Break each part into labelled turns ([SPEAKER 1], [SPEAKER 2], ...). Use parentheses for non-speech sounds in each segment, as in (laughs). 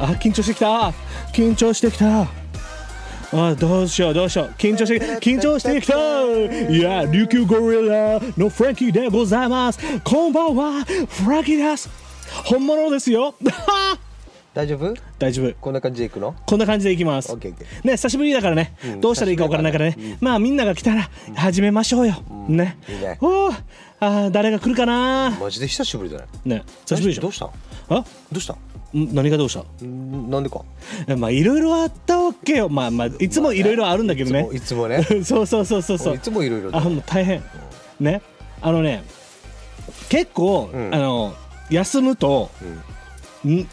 [SPEAKER 1] あ緊張してきた緊張してきたあどうしようどうしよう緊張して緊張してきたいや琉球ゴリラのフランキーでございますこんばんはフランキーです本物ですよ (laughs)
[SPEAKER 2] 大丈夫
[SPEAKER 1] 大丈夫
[SPEAKER 2] こんな感じでいくの
[SPEAKER 1] こんな感じでいきます
[SPEAKER 2] オッケーオッケ
[SPEAKER 1] ね久しぶりだからね、
[SPEAKER 2] うん
[SPEAKER 1] どうしたらいいかわからないからねまあみんなが来たら始めましょうよ、ね
[SPEAKER 2] いいね
[SPEAKER 1] おーあー誰が来るかな
[SPEAKER 2] マジで久しぶりだね
[SPEAKER 1] ね久しぶりでし
[SPEAKER 2] ど
[SPEAKER 1] ょ
[SPEAKER 2] うしたん
[SPEAKER 1] あ
[SPEAKER 2] どうしたん
[SPEAKER 1] ん何がどうした
[SPEAKER 2] んなんでか
[SPEAKER 1] え (laughs) まあいろいろあったわけよまあまあいつもいろいろあるんだけどね
[SPEAKER 2] いつもいつ
[SPEAKER 1] そうそうそう (laughs) そうそう
[SPEAKER 2] いつもいろいろだ
[SPEAKER 1] あもう大変ねあのね結構、
[SPEAKER 2] うん
[SPEAKER 1] あの休むと、ん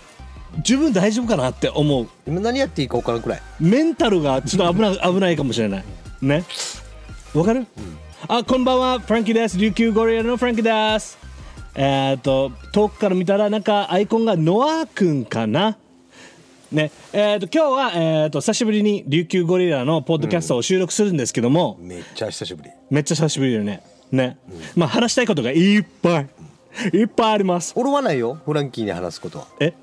[SPEAKER 1] 十分大丈夫かなって思う
[SPEAKER 2] 今何やっていいか分からんくらい
[SPEAKER 1] メンタルがちょっと危ない危ないかもしれないねわかる、あこんばんはフランキーです琉球ゴリラのフランキーですえーっと遠くから見たらなんかアイコンがノアくんかなねえーっと今日は、えーっと久しぶりに琉球ゴリラのポッドキャストを収録するんですけども、
[SPEAKER 2] めっちゃ久しぶり
[SPEAKER 1] めっちゃ久しぶりだよねね、まあ話したいことがいっぱいいっぱいあります
[SPEAKER 2] 俺はないよフランキーに話すこと (laughs)
[SPEAKER 1] え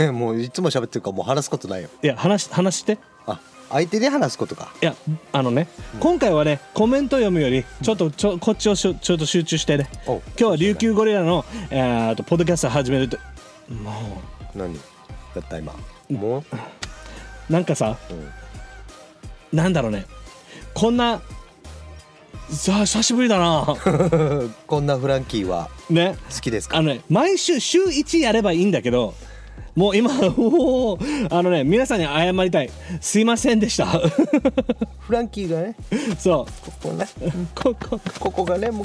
[SPEAKER 2] はもういつも喋ってるからもう話すことないよ
[SPEAKER 1] いや話し話して
[SPEAKER 2] あ相手で話すことか
[SPEAKER 1] いやあのね、今回はねコメント読むよりちょっとちょこっちをしゅちょっと集中してね
[SPEAKER 2] お
[SPEAKER 1] 今日は琉球ゴリラの、えー、とポッドキャスト始めるとも
[SPEAKER 2] 何やった今もう
[SPEAKER 1] うなんかさ、なんだろうねこんなさあ久しぶりだ (laughs) な
[SPEAKER 2] こんなフランキーは
[SPEAKER 1] ね
[SPEAKER 2] 好きですか
[SPEAKER 1] あのね毎週週1やればいいんだけどもう今 (laughs) もうあのね皆さんに謝りたいすいませんでした (laughs)
[SPEAKER 2] フランキーがね
[SPEAKER 1] そ
[SPEAKER 2] ここね
[SPEAKER 1] うここ
[SPEAKER 2] ここがねもう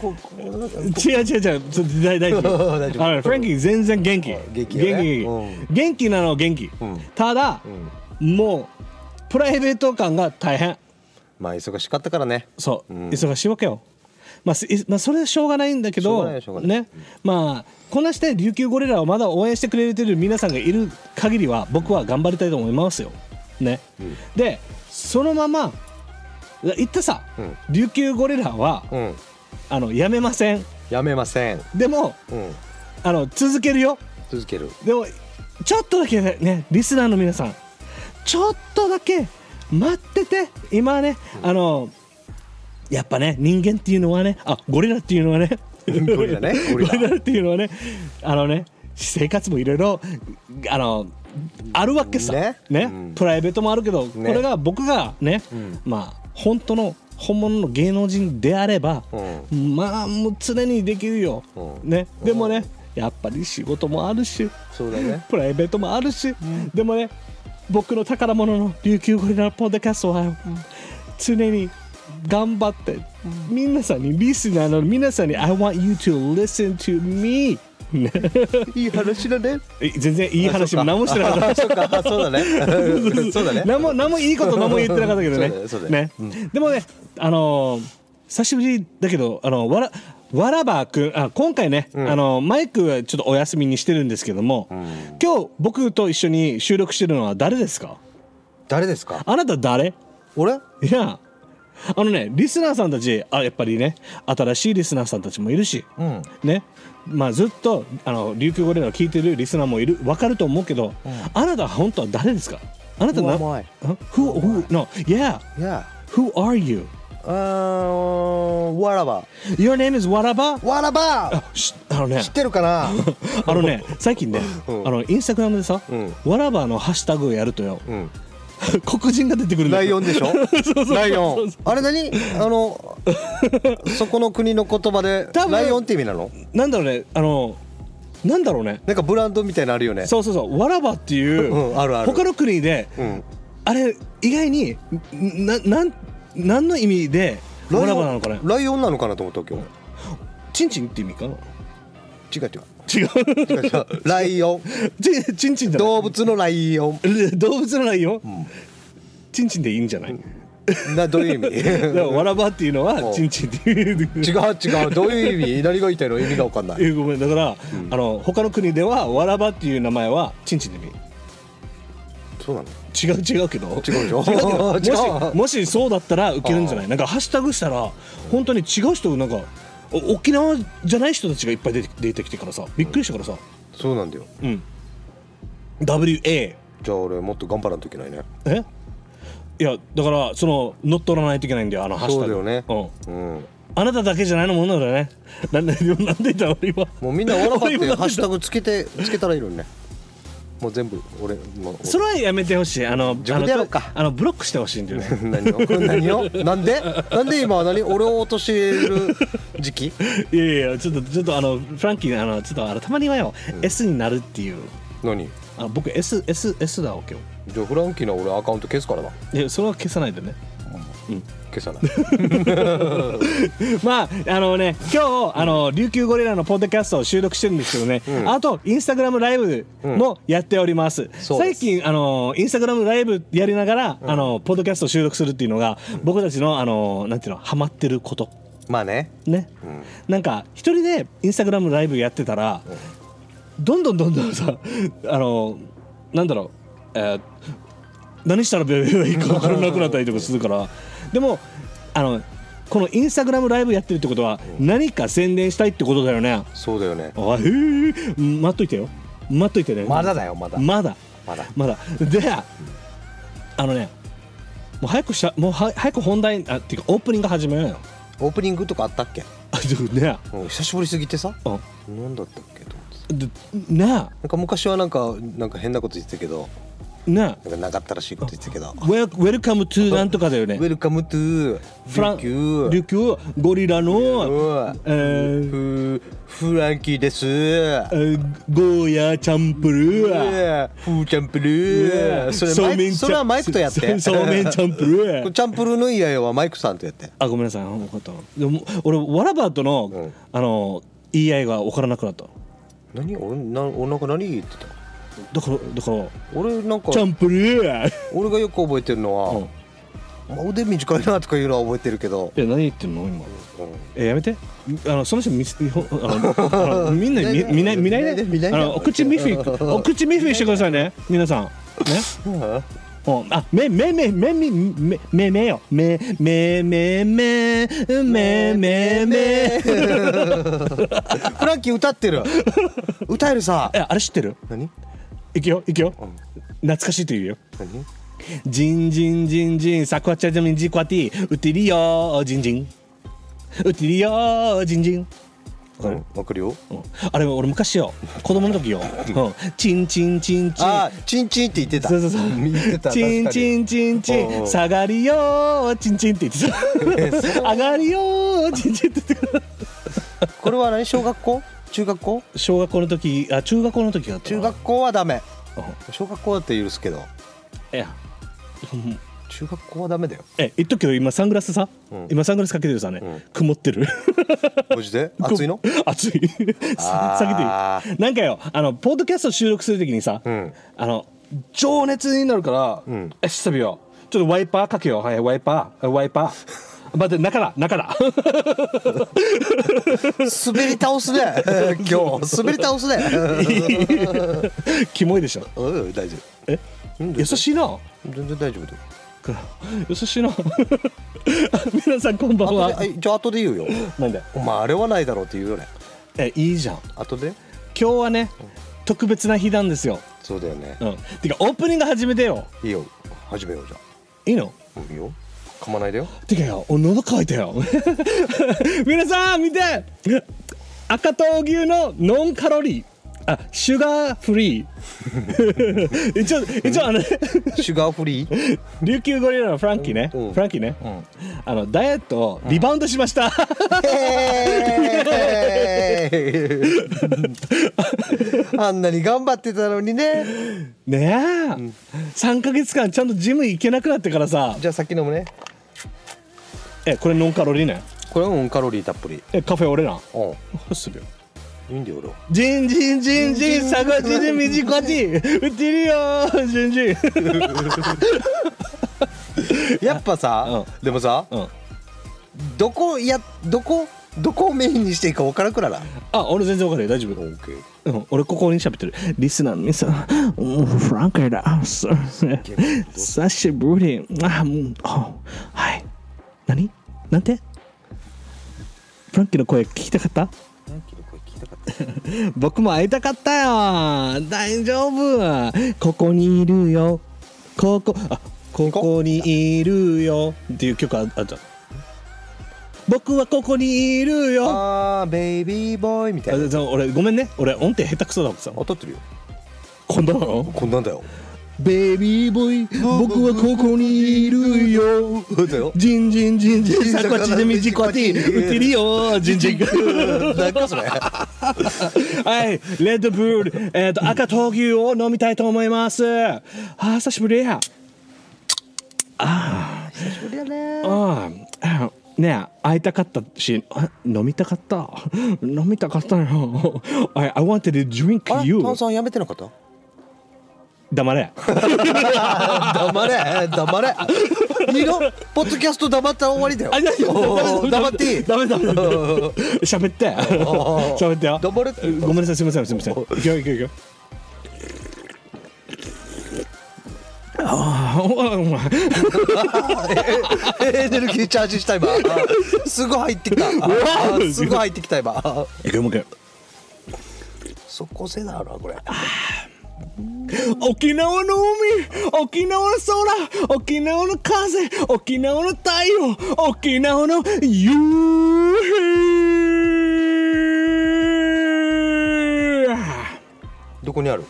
[SPEAKER 2] ここここ
[SPEAKER 1] 違う違う違うちょっと大大丈夫
[SPEAKER 2] (laughs) 大丈夫
[SPEAKER 1] あのフランキー全然元気
[SPEAKER 2] 元気だ
[SPEAKER 1] 元
[SPEAKER 2] ね
[SPEAKER 1] 気元気元気なの元気、
[SPEAKER 2] ん
[SPEAKER 1] ただ、もうプライベート感が大変
[SPEAKER 2] まあ忙しかったからね
[SPEAKER 1] そう、
[SPEAKER 2] うん
[SPEAKER 1] 忙しいわけよまあすいまあ、それはしょうがないんだけ
[SPEAKER 2] しょう
[SPEAKER 1] ど
[SPEAKER 2] がないよしょうがない
[SPEAKER 1] ねまあこんなして琉球ゴリラをまだ応援してくれてる皆さんがいる限りは僕は頑張りたいと思いますよ。ね、でそのまま言ったさ、
[SPEAKER 2] うん
[SPEAKER 1] 琉球ゴリラは、
[SPEAKER 2] うん
[SPEAKER 1] あのやめません
[SPEAKER 2] やめません
[SPEAKER 1] でも
[SPEAKER 2] うん
[SPEAKER 1] あの続けるよ
[SPEAKER 2] 続ける
[SPEAKER 1] でもちょっとだけねリスナーの皆さんちょっとだけ待ってて今はね、あのやっぱね人間っていうのはねあゴリラっていうのはね
[SPEAKER 2] ゴリラねゴリラ
[SPEAKER 1] っていうのはねあのね私生活もいろいろあのあるわけさね
[SPEAKER 2] ねうん
[SPEAKER 1] プライベートもあるけど、これが僕がね、
[SPEAKER 2] ん
[SPEAKER 1] まあ本当の本物の芸能人であれば、
[SPEAKER 2] う
[SPEAKER 1] まあもう常にできるよ、
[SPEAKER 2] うん
[SPEAKER 1] ねでもね、やっぱり仕事もあるし
[SPEAKER 2] そうだね
[SPEAKER 1] プライベートもあるし、でもね僕の宝物の琉球ゴリラのポッドキャストは、常に頑張って、皆さんにリスナーの皆さんに「I want you to listen to me ね」
[SPEAKER 2] いい話だね
[SPEAKER 1] え全然いい話も何もしてなかった
[SPEAKER 2] あそうかあそうだね (laughs) そうだね
[SPEAKER 1] (laughs) 何も何もいいこと何も言ってなかったけどね
[SPEAKER 2] (laughs) そうだね
[SPEAKER 1] ねでもねあのー久しぶりだけどあのわらわらばくんあ今回ね、あのマイクはちょっとお休みにしてるんですけども、今日僕と一緒に収録してるのは誰ですか
[SPEAKER 2] 誰ですか
[SPEAKER 1] あなた誰
[SPEAKER 2] 俺
[SPEAKER 1] いやあのねリスナーさんたちあやっぱりね新しいリスナーさんたちもいるし、
[SPEAKER 2] うん
[SPEAKER 1] ねまあずっとあの琉球ゴリラを聞いてるリスナーもいるわかると思うけど、あなたは本当は誰ですかあなた
[SPEAKER 2] Who am I?
[SPEAKER 1] ん Who, who no yeah
[SPEAKER 2] Yeah
[SPEAKER 1] who are you
[SPEAKER 2] Uh, what about?
[SPEAKER 1] Your name is Waraba
[SPEAKER 2] What about?
[SPEAKER 1] しあのね
[SPEAKER 2] 知ってるかな
[SPEAKER 1] あのね最近ね、
[SPEAKER 2] うん
[SPEAKER 1] あのインスタグラムでさ、
[SPEAKER 2] うん
[SPEAKER 1] わらばのハッシュタグをやるとよ、
[SPEAKER 2] うん。
[SPEAKER 1] 黒人が出てくるん
[SPEAKER 2] ラ
[SPEAKER 1] だ
[SPEAKER 2] イ
[SPEAKER 1] よ
[SPEAKER 2] オンでしょライオン。あれ何あの、そこの国の言葉で
[SPEAKER 1] 多、分
[SPEAKER 2] ライオンって意味なの
[SPEAKER 1] なんだろうねあのなんだろうね
[SPEAKER 2] なんかブランドみたいなのあるよね。
[SPEAKER 1] そうそうそうわらばっていう、
[SPEAKER 2] うんあるある
[SPEAKER 1] 他の国で、
[SPEAKER 2] うん
[SPEAKER 1] あれ意外にななん何の意味で
[SPEAKER 2] ライオ
[SPEAKER 1] わ
[SPEAKER 2] ン
[SPEAKER 1] らばなのかね
[SPEAKER 2] ライオンなのかなと思った今
[SPEAKER 1] チンチンって意味かな
[SPEAKER 2] 日。違う違う。 (laughs)
[SPEAKER 1] 違う
[SPEAKER 2] 違う違うライオン。
[SPEAKER 1] ちチンチンじゃない
[SPEAKER 2] 動物のライオン。
[SPEAKER 1] 動物のライオン、チンチンでいいんじゃない、
[SPEAKER 2] な、どういう意味
[SPEAKER 1] だからわらばっていうの
[SPEAKER 2] う
[SPEAKER 1] は
[SPEAKER 2] ん
[SPEAKER 1] チンチンっていう
[SPEAKER 2] 違う違う。どういう意味何が言いたいの意味がわかんない。
[SPEAKER 1] えごめんだから、あの他の国ではわらばっていう名前はチンチンでもいい
[SPEAKER 2] そうなの
[SPEAKER 1] 違う違うけど
[SPEAKER 2] 違うでしょ
[SPEAKER 1] 違うけど
[SPEAKER 2] 違
[SPEAKER 1] も
[SPEAKER 2] う
[SPEAKER 1] しもしそうだったらウケるんじゃないなんかハッシュタグしたら本当に違う人なんかお沖縄じゃない人たちがいっぱい出て出てきてからさびっくりしたからさ
[SPEAKER 2] そうなんだよ。
[SPEAKER 1] うん WA
[SPEAKER 2] じゃあ俺もっと頑張らんといけないね
[SPEAKER 1] えいやだからその乗っ取らないといけないんだよあのハッシュタグ
[SPEAKER 2] そうだよね
[SPEAKER 1] うん、
[SPEAKER 2] うん
[SPEAKER 1] あなただけじゃないのものだねなんでなんで言ったの俺今
[SPEAKER 2] もうみんなおらかっ
[SPEAKER 1] (laughs) 俺今
[SPEAKER 2] て
[SPEAKER 1] なん
[SPEAKER 2] ハッシュタグつけてつけたらいいのにねもう全部俺もう
[SPEAKER 1] それはやめてほしいあの
[SPEAKER 2] 自分でやろうか
[SPEAKER 1] あのあのブロックしてほしいんだよね
[SPEAKER 2] (laughs) 何を何をなんでなんで今何俺を陥れる時期
[SPEAKER 1] いやいやちょっとちょっとあのフランキーあのちょっとあのたまにはよ、S になるっていう
[SPEAKER 2] 何
[SPEAKER 1] あの僕 SSS だわけよ
[SPEAKER 2] じゃあフランキーの俺アカウント消すからない
[SPEAKER 1] やそれは消さないでね
[SPEAKER 2] 消さない
[SPEAKER 1] (laughs) まああのね今日あの琉球ゴリラのポッドキャストを収録してるんですけどね、
[SPEAKER 2] うん
[SPEAKER 1] あとインスタグラムライブもやっております、
[SPEAKER 2] そうで
[SPEAKER 1] 最
[SPEAKER 2] す
[SPEAKER 1] 近あのインスタグラムライブやりながら、あのポッドキャストを収録するっていうのが、僕たちのあのなんていうのハマってること
[SPEAKER 2] (laughs) まあね
[SPEAKER 1] ね、
[SPEAKER 2] ん
[SPEAKER 1] なんか一人でインスタグラムライブやってたら、どんどんどんどんさあのなんだろう、えー何したらベベベいいか分からなくなったりとかするからでもあのこのインスタグラムライブやってるってことは何か宣伝したいってことだよね
[SPEAKER 2] そうだよね
[SPEAKER 1] あへえ待っといてよ待っといてね
[SPEAKER 2] まだだよまだ
[SPEAKER 1] まだ
[SPEAKER 2] まだ
[SPEAKER 1] まだであのねもう早くしゃもうは早く本題あっていうかオープニング始めようよ
[SPEAKER 2] オープニングとかあったっけ
[SPEAKER 1] あでもね
[SPEAKER 2] うん久しぶりすぎてさ
[SPEAKER 1] あ
[SPEAKER 2] 何だったっけと思ってさ
[SPEAKER 1] でね
[SPEAKER 2] なんか昔はなんかなんか変なこと言ってたけど
[SPEAKER 1] えね
[SPEAKER 2] なんかなかったらしいこと言ってたけど
[SPEAKER 1] えウェルウェルカムトゥなんとかだよね
[SPEAKER 2] ウェルカムトゥ
[SPEAKER 1] フラン
[SPEAKER 2] 琉球
[SPEAKER 1] 琉球ゴリラの
[SPEAKER 2] うん
[SPEAKER 1] えー
[SPEAKER 2] フフランキーです
[SPEAKER 1] えーゴーヤチャンプル
[SPEAKER 2] うわ
[SPEAKER 1] ー
[SPEAKER 2] フーチャンプルーそれマイクそれはマイクとやって
[SPEAKER 1] そうめんチャンプル
[SPEAKER 2] (laughs) これ
[SPEAKER 1] ー
[SPEAKER 2] チャンプルーのイヤイヤはマイクさんとやって
[SPEAKER 1] あごめんなさい分かったでも俺ワラバーとの、
[SPEAKER 2] うん
[SPEAKER 1] あの言い合いが分からなくなった
[SPEAKER 2] 何俺な俺なんか何言ってた
[SPEAKER 1] だからだから
[SPEAKER 2] 俺なんか
[SPEAKER 1] チャンプルー
[SPEAKER 2] 俺がよく覚えてるの
[SPEAKER 1] うん
[SPEAKER 2] は、まあ腕短いなとかいうのは覚えてるけど、
[SPEAKER 1] いや何言ってんの今
[SPEAKER 2] うん
[SPEAKER 1] えやめてあのその人見せ日本あのあのみんなに見見ない見ないで
[SPEAKER 2] 見ないで
[SPEAKER 1] あのお口ミフィお口ミフィしてくださいね皆さんねおあ目目目目目目目目よ目目目目目目目
[SPEAKER 2] (laughs) フランキー歌ってる歌えるさ
[SPEAKER 1] えあれ知ってる
[SPEAKER 2] 何
[SPEAKER 1] いくよいくよ
[SPEAKER 2] ん
[SPEAKER 1] 懐かしいと言うよ
[SPEAKER 2] 何
[SPEAKER 1] ジンジンジンジンサクワチャジャミンジクワティウティリヨジンジンウティリヨジンジンわかる
[SPEAKER 2] わかるよ
[SPEAKER 1] うんあれ俺昔よ子供の時よ「うんチンチンチンチン」
[SPEAKER 2] あーチンチンって言ってた
[SPEAKER 1] そうそうそう
[SPEAKER 2] 言ってた
[SPEAKER 1] チンチンチンチ
[SPEAKER 2] おうお
[SPEAKER 1] ン
[SPEAKER 2] う
[SPEAKER 1] 下がりよーチンチンって言ってた
[SPEAKER 2] (laughs)
[SPEAKER 1] 上がりよーチンチンって言ってた
[SPEAKER 2] 確かにこれは何小学校中学校
[SPEAKER 1] 小学校の時あ中学校の時だったな
[SPEAKER 2] 中学校はダメ
[SPEAKER 1] う
[SPEAKER 2] 小学校だって許すけど
[SPEAKER 1] んいやうん
[SPEAKER 2] 中学校はダメだよ
[SPEAKER 1] え言っとくけど今サングラスさ、
[SPEAKER 2] うん
[SPEAKER 1] 今サングラスかけてるさね、
[SPEAKER 2] うん
[SPEAKER 1] 曇ってる
[SPEAKER 2] マジで暑いの
[SPEAKER 1] (laughs) 暑いさ
[SPEAKER 2] あー
[SPEAKER 1] 下げていいなんかよあのポッドキャスト収録するときにさ、
[SPEAKER 2] うん
[SPEAKER 1] あの情熱になるから、
[SPEAKER 2] うん
[SPEAKER 1] え久々よちょっとワイパーかけようはいワイパーワイパー待って中だ中だ (laughs)
[SPEAKER 2] 滑り
[SPEAKER 1] (laughs)
[SPEAKER 2] 倒すね今日滑り倒すね
[SPEAKER 1] キモいでしょ
[SPEAKER 2] うん大丈
[SPEAKER 1] え
[SPEAKER 2] 夫うん
[SPEAKER 1] 優しいな
[SPEAKER 2] 全然大丈夫だよ
[SPEAKER 1] 優しいな (laughs) 皆さんこんばん
[SPEAKER 2] 後で
[SPEAKER 1] は
[SPEAKER 2] あじゃあ後で言うよ
[SPEAKER 1] なんで
[SPEAKER 2] お前あれはないだろうって言うよね
[SPEAKER 1] えいいじゃん
[SPEAKER 2] 後で
[SPEAKER 1] 今日はね特別な日なんですよ
[SPEAKER 2] そうだよね
[SPEAKER 1] うんてかオープニング始めてよ
[SPEAKER 2] いいよ始めようじゃ
[SPEAKER 1] いいの
[SPEAKER 2] あうんいいよ噛ま (laughs) ないでよ
[SPEAKER 1] てかよお喉乾いたよ (laughs) 皆さん見て赤とう牛のノンカロリーあシュガーフリー (laughs) 一応一応あのね
[SPEAKER 2] シュガーフリー
[SPEAKER 1] 琉球ゴリラのフランキーね、
[SPEAKER 2] うん
[SPEAKER 1] フランキーね、
[SPEAKER 2] ん
[SPEAKER 1] あのダイエットをリバウンドしました、
[SPEAKER 2] へー (laughs) あんなに頑張ってたのにね
[SPEAKER 1] ねえ、3か月間ちゃんとジム行けなくなってからさ
[SPEAKER 2] じゃあ先飲むね
[SPEAKER 1] えこれノンカロリーね
[SPEAKER 2] これはもうカロリーたっぷり
[SPEAKER 1] えカフェ俺な
[SPEAKER 2] うん
[SPEAKER 1] するよ
[SPEAKER 2] いいんだよ俺は
[SPEAKER 1] ジンジンジンジンサゴチジミジコチ売ってるよージンジン
[SPEAKER 2] やっぱさ、でもさ、
[SPEAKER 1] うん
[SPEAKER 2] どこやどこどこをメインにしていいか分からんくらな
[SPEAKER 1] あ俺全然わかるよ大丈夫、うん、俺ここに喋ってるリスナーの皆さんうんフランクだそう久しぶりあもうあはい何なんてフランキーの声聞きたかった
[SPEAKER 2] 何キロ声聞い
[SPEAKER 1] 僕も会いたかったよ大丈夫ここにいるよここあここにいるよっていう曲ああった僕はここにいるよあ
[SPEAKER 2] あーベイビーボーイみたいな
[SPEAKER 1] そう俺ごめんね俺音程下手くそだもんさ
[SPEAKER 2] 当たってるよ
[SPEAKER 1] 今度の
[SPEAKER 2] こんなんだよ
[SPEAKER 1] ベイビーボーイ僕はここにいるよ
[SPEAKER 2] そうだ (laughs) よ
[SPEAKER 1] ジンジンジンジンサコチでみちこて打ってるよジンジン
[SPEAKER 2] なんかそれ
[SPEAKER 1] はい、レッドブルー、えー、と赤闘牛を飲みたいと思います。あー、久しぶりや。
[SPEAKER 2] そりゃね
[SPEAKER 1] ああ、ねえ会いたかったし、あ飲みたかった。飲みたかったよ。I, I wanted to drink
[SPEAKER 2] あ
[SPEAKER 1] you.
[SPEAKER 2] 炭酸やめてなかった
[SPEAKER 1] 黙れ。
[SPEAKER 2] (laughs) 黙れ黙れいいのポッドキャスト黙ったら終わりだよ
[SPEAKER 1] あ、何
[SPEAKER 2] (laughs) おー黙ってい
[SPEAKER 1] (laughs)
[SPEAKER 2] い
[SPEAKER 1] ダメダメダメダメ。 (laughs) 喋って。
[SPEAKER 2] おー
[SPEAKER 1] 喋ってよ。
[SPEAKER 2] 黙れって言う
[SPEAKER 1] ごめんなさい、すみません、すみません。いくよいくよいくよ。ああ、お前。
[SPEAKER 2] (laughs) エネルギーチャージした今あーすぐ入って (laughs) きたあーすぐ入ってきた今 (laughs) あー
[SPEAKER 1] いくよ、もう一回。
[SPEAKER 2] そこせだろこれ
[SPEAKER 1] 沖縄の海沖縄の空沖縄の風沖縄の太陽沖縄の夕日
[SPEAKER 2] どこにある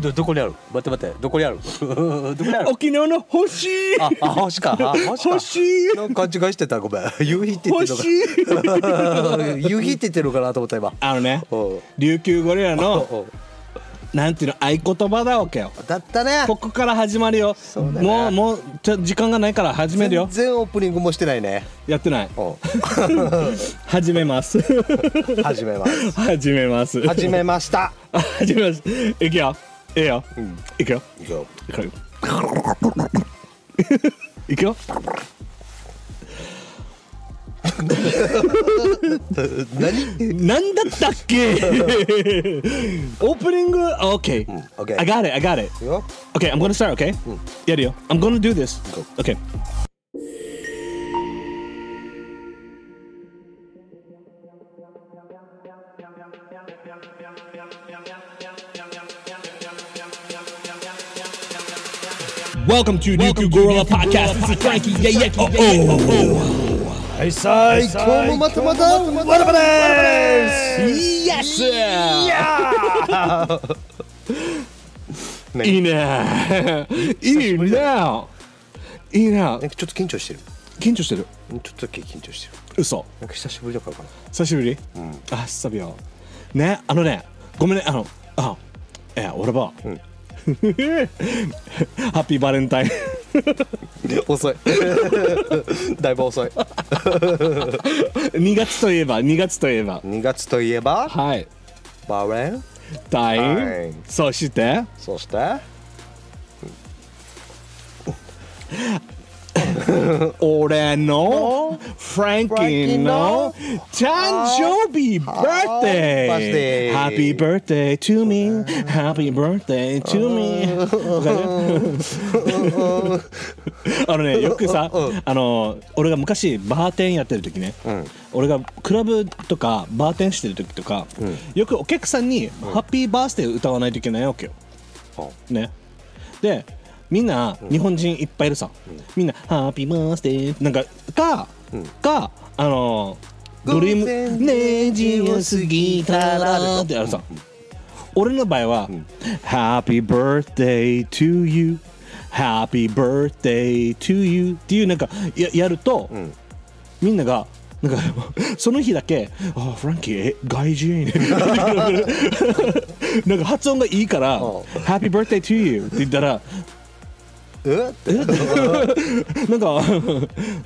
[SPEAKER 2] どどこにある待って待ってどこにあるどこにある
[SPEAKER 1] 沖縄の星
[SPEAKER 2] ああ星かあ星か
[SPEAKER 1] 星
[SPEAKER 2] なんか勘違いしてたごめん夕日って言って
[SPEAKER 1] 星
[SPEAKER 2] るのか (laughs) 夕日って言ってるのかなと思った今
[SPEAKER 1] あのね
[SPEAKER 2] おう
[SPEAKER 1] 琉球ゴリラ
[SPEAKER 2] お
[SPEAKER 1] の
[SPEAKER 2] う
[SPEAKER 1] なんていうの合言葉だわけよ
[SPEAKER 2] だったね
[SPEAKER 1] ここから始まるよ
[SPEAKER 2] そうだね
[SPEAKER 1] もうもうちょ時間がないから始めるよ
[SPEAKER 2] 全然オープニングもしてないね
[SPEAKER 1] やってない
[SPEAKER 2] おう
[SPEAKER 1] 始めます
[SPEAKER 2] (laughs) 始めます
[SPEAKER 1] 始めます
[SPEAKER 2] (laughs) 始めました
[SPEAKER 1] あ始めます。いくよ。いいよ。いくよ。
[SPEAKER 2] いくよ
[SPEAKER 1] いくよ。いくよ。
[SPEAKER 2] 何
[SPEAKER 1] なんだったっ
[SPEAKER 2] (laughs)
[SPEAKER 1] けオープニング Okay.
[SPEAKER 2] okay.
[SPEAKER 1] I got it. I got it.
[SPEAKER 2] いくよ
[SPEAKER 1] Okay, I'm gonna start, okay? やるよ。I'm gonna do this.
[SPEAKER 2] Go.
[SPEAKER 1] Okay. Welcome to Nuku Gorilla Podcast. This is Frankie. Yeah, yeah. Oh, oh.
[SPEAKER 2] はいさあ今日もまたまたわらば
[SPEAKER 1] Oh.
[SPEAKER 2] です
[SPEAKER 1] Yes! (laughs) いい (laughs) ね。いいね。いいね
[SPEAKER 2] な。んかちょっと緊張してる
[SPEAKER 1] 緊張してる。
[SPEAKER 2] ちょっとだけ緊張してる
[SPEAKER 1] 嘘。
[SPEAKER 2] なんか久しぶりだからかな
[SPEAKER 1] 久しぶり、あ久々ねあのねごめんねあのあえー俺は、 (laughs) ハッピーバレンタイ (laughs) ン
[SPEAKER 2] 遅い (laughs) だいぶ遅い
[SPEAKER 1] 2月といえば2月といえば
[SPEAKER 2] 2月といえば
[SPEAKER 1] はい
[SPEAKER 2] バーレン
[SPEAKER 1] タイン、
[SPEAKER 2] はい
[SPEAKER 1] そして
[SPEAKER 2] そして
[SPEAKER 1] 俺のフランキーの誕生日バーデー
[SPEAKER 2] birthday
[SPEAKER 1] ハッピーバーデー to me ハッピーバーデー to me (laughs) あのねよくさあの俺が昔バーテンやってる時ね、俺がクラブとかバーテンしてる時とか、よくお客さんにハッピーバースデー歌わないといけないわけよ、ねでみんな日本人いっぱいいるさ、みんな「ハッピーバースデー」なんかか、かあのードリー
[SPEAKER 2] 午前
[SPEAKER 1] ム「
[SPEAKER 2] 0
[SPEAKER 1] ねじ
[SPEAKER 2] 時を
[SPEAKER 1] を過
[SPEAKER 2] 過ぎ
[SPEAKER 1] ぎ
[SPEAKER 2] た
[SPEAKER 1] た
[SPEAKER 2] ら
[SPEAKER 1] ら」ってあるさ、俺の場合は「Happy birthday to you Happy birthday to you」っていうなんかややると、みんながなんかその日だけ「あフランキーえ外人」 (laughs) なんか発音がいいから
[SPEAKER 2] うん
[SPEAKER 1] 「Happy birthday to you」って言ったら
[SPEAKER 2] え
[SPEAKER 1] なんか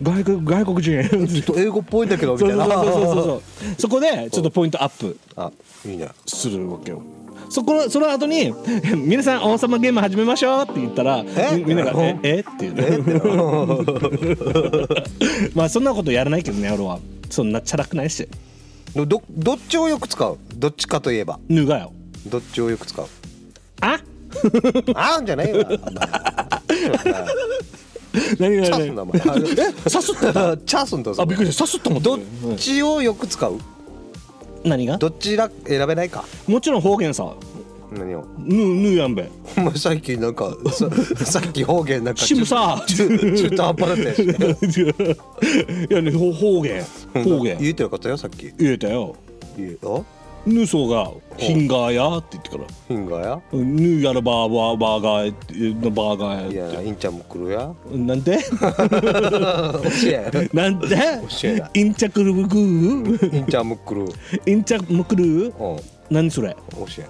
[SPEAKER 1] 外国外国人
[SPEAKER 2] ちょっと英語っぽいんだけどみ
[SPEAKER 1] そ
[SPEAKER 2] た
[SPEAKER 1] う
[SPEAKER 2] い
[SPEAKER 1] そう
[SPEAKER 2] な
[SPEAKER 1] そうそうそうそうそこでちょっとポイントアップ
[SPEAKER 2] あいいね
[SPEAKER 1] するわけよそこのその後に「皆さん王様ゲーム始めましょう」って言ったら
[SPEAKER 2] え
[SPEAKER 1] みみんなが
[SPEAKER 2] うん
[SPEAKER 1] 「ええっていうね (laughs) まあそんなことやらないけどね俺はそんなチャラくないし
[SPEAKER 2] どどどっちをよく使うどっちかといえば
[SPEAKER 1] 脱がよ
[SPEAKER 2] どっちをよく使う
[SPEAKER 1] あ
[SPEAKER 2] あんじゃな
[SPEAKER 1] (laughs)
[SPEAKER 2] いよ
[SPEAKER 1] 何が
[SPEAKER 2] チャ
[SPEAKER 1] 何
[SPEAKER 2] スンだ
[SPEAKER 1] が
[SPEAKER 2] もんえ
[SPEAKER 1] えさすった
[SPEAKER 2] チャスンだぞ
[SPEAKER 1] あびっくりしたさすったもん
[SPEAKER 2] どっ
[SPEAKER 1] ね
[SPEAKER 2] ちをよく使う
[SPEAKER 1] 何が
[SPEAKER 2] どちら選べないか
[SPEAKER 1] もちろん方言さ
[SPEAKER 2] 何を
[SPEAKER 1] ぬぬやんべ (laughs)
[SPEAKER 2] お前さっきなんかささっき方言なんか
[SPEAKER 1] シムさ
[SPEAKER 2] 中中中途半端だったやつ
[SPEAKER 1] いやねほ方言方言
[SPEAKER 2] 言うてなかったよさっき
[SPEAKER 1] 言えたよ
[SPEAKER 2] 言うよ
[SPEAKER 1] ぬそうが「ヒンガーや」って言ってから
[SPEAKER 2] フィンガーや
[SPEAKER 1] 「ぬやらバーバーバーガーや」バーガー
[SPEAKER 2] い
[SPEAKER 1] やっ
[SPEAKER 2] やインちゃんも来るや
[SPEAKER 1] てなん
[SPEAKER 2] (laughs)
[SPEAKER 1] て
[SPEAKER 2] 教え
[SPEAKER 1] なんて
[SPEAKER 2] 教えだ
[SPEAKER 1] インチャクルブグー
[SPEAKER 2] インちゃんも来るうん
[SPEAKER 1] インチャムクルー
[SPEAKER 2] 教
[SPEAKER 1] 何それ
[SPEAKER 2] え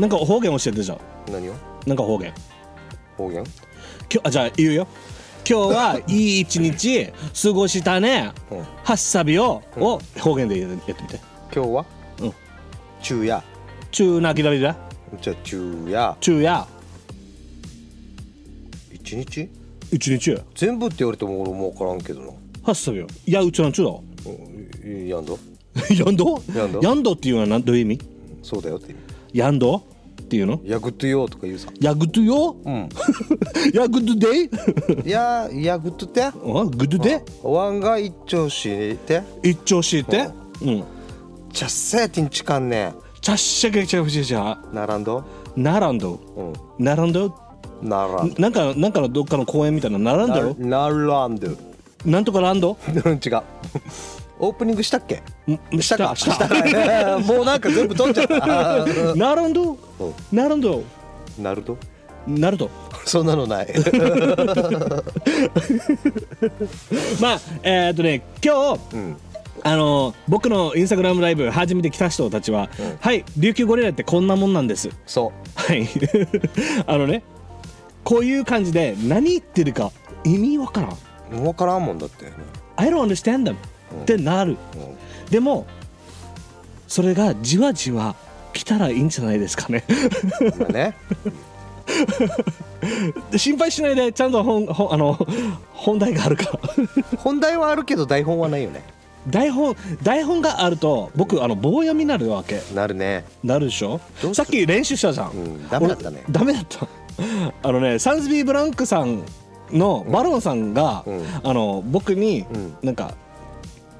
[SPEAKER 1] なんか方言教えてじゃん
[SPEAKER 2] 何を
[SPEAKER 1] なんか方言
[SPEAKER 2] 方言
[SPEAKER 1] 今日あじゃあ言うよ今日はいい一日過ごしたね
[SPEAKER 2] うん今
[SPEAKER 1] ハッサビをを方言でやってみて
[SPEAKER 2] 日は
[SPEAKER 1] うん
[SPEAKER 2] 昼夜
[SPEAKER 1] 中なきだりだ
[SPEAKER 2] じゃあ昼夜
[SPEAKER 1] 中や
[SPEAKER 2] 一日
[SPEAKER 1] 一日
[SPEAKER 2] 全部って言われても俺も分からんけどな
[SPEAKER 1] ハッサビをいやうちの中 (laughs) だ
[SPEAKER 2] うんやんど
[SPEAKER 1] ヤンド
[SPEAKER 2] ヤンド
[SPEAKER 1] ヤンドっていうのは何どういう意味
[SPEAKER 2] そうだよって意味
[SPEAKER 1] ヤンドっていうの
[SPEAKER 2] ヤグッドよとか言うさ
[SPEAKER 1] ヤグドゥよ (laughs)
[SPEAKER 2] うん
[SPEAKER 1] ヤグドゥデイ
[SPEAKER 2] いやヤグッドっ
[SPEAKER 1] (laughs)
[SPEAKER 2] て
[SPEAKER 1] あグドゥデ
[SPEAKER 2] ワンが一丁して
[SPEAKER 1] イ一丁敷いてうん
[SPEAKER 2] チャッセーティンチカンね
[SPEAKER 1] チャッシャケチャフシシャ
[SPEAKER 2] 並んど
[SPEAKER 1] ナランド
[SPEAKER 2] うん
[SPEAKER 1] ナランド
[SPEAKER 2] 並ん
[SPEAKER 1] なんかなんかのどっかの公園みたいなナランドよ
[SPEAKER 2] な並んど
[SPEAKER 1] なんとかランド
[SPEAKER 2] 違うオープニングしたっけ
[SPEAKER 1] ん
[SPEAKER 2] したか
[SPEAKER 1] (laughs)
[SPEAKER 2] したねもうなんか全部取っちゃった
[SPEAKER 1] ナランド
[SPEAKER 2] うん
[SPEAKER 1] ナランド
[SPEAKER 2] ナルト
[SPEAKER 1] ナルト
[SPEAKER 2] そんなのない
[SPEAKER 1] まあえーっとね今日
[SPEAKER 2] うん
[SPEAKER 1] あの僕のインスタグラムライブ初めて来た人たちは、はい琉球ゴリラってこんなもんなんです
[SPEAKER 2] そ
[SPEAKER 1] はい (laughs) あのねこういう感じで何言ってるか意味わからん
[SPEAKER 2] う分からんもんだって、
[SPEAKER 1] I don't understand them ってなる
[SPEAKER 2] うん
[SPEAKER 1] でもそれがじわじわ来たらいいんじゃないですかね (laughs)
[SPEAKER 2] まあね
[SPEAKER 1] 心配しないでちゃんと本本あの本題があるから
[SPEAKER 2] 本題はあるけど台本はないよね
[SPEAKER 1] 台本台本があると僕あの棒読みになるわけ
[SPEAKER 2] なるね
[SPEAKER 1] なるでしょ
[SPEAKER 2] どうする
[SPEAKER 1] さっき練習したじゃん、
[SPEAKER 2] うんダメだったね
[SPEAKER 1] 俺ダメだった (laughs) あのねサンズビー・ブランクさんのバロンさんが、
[SPEAKER 2] うん
[SPEAKER 1] あの僕に
[SPEAKER 2] うん
[SPEAKER 1] なんか、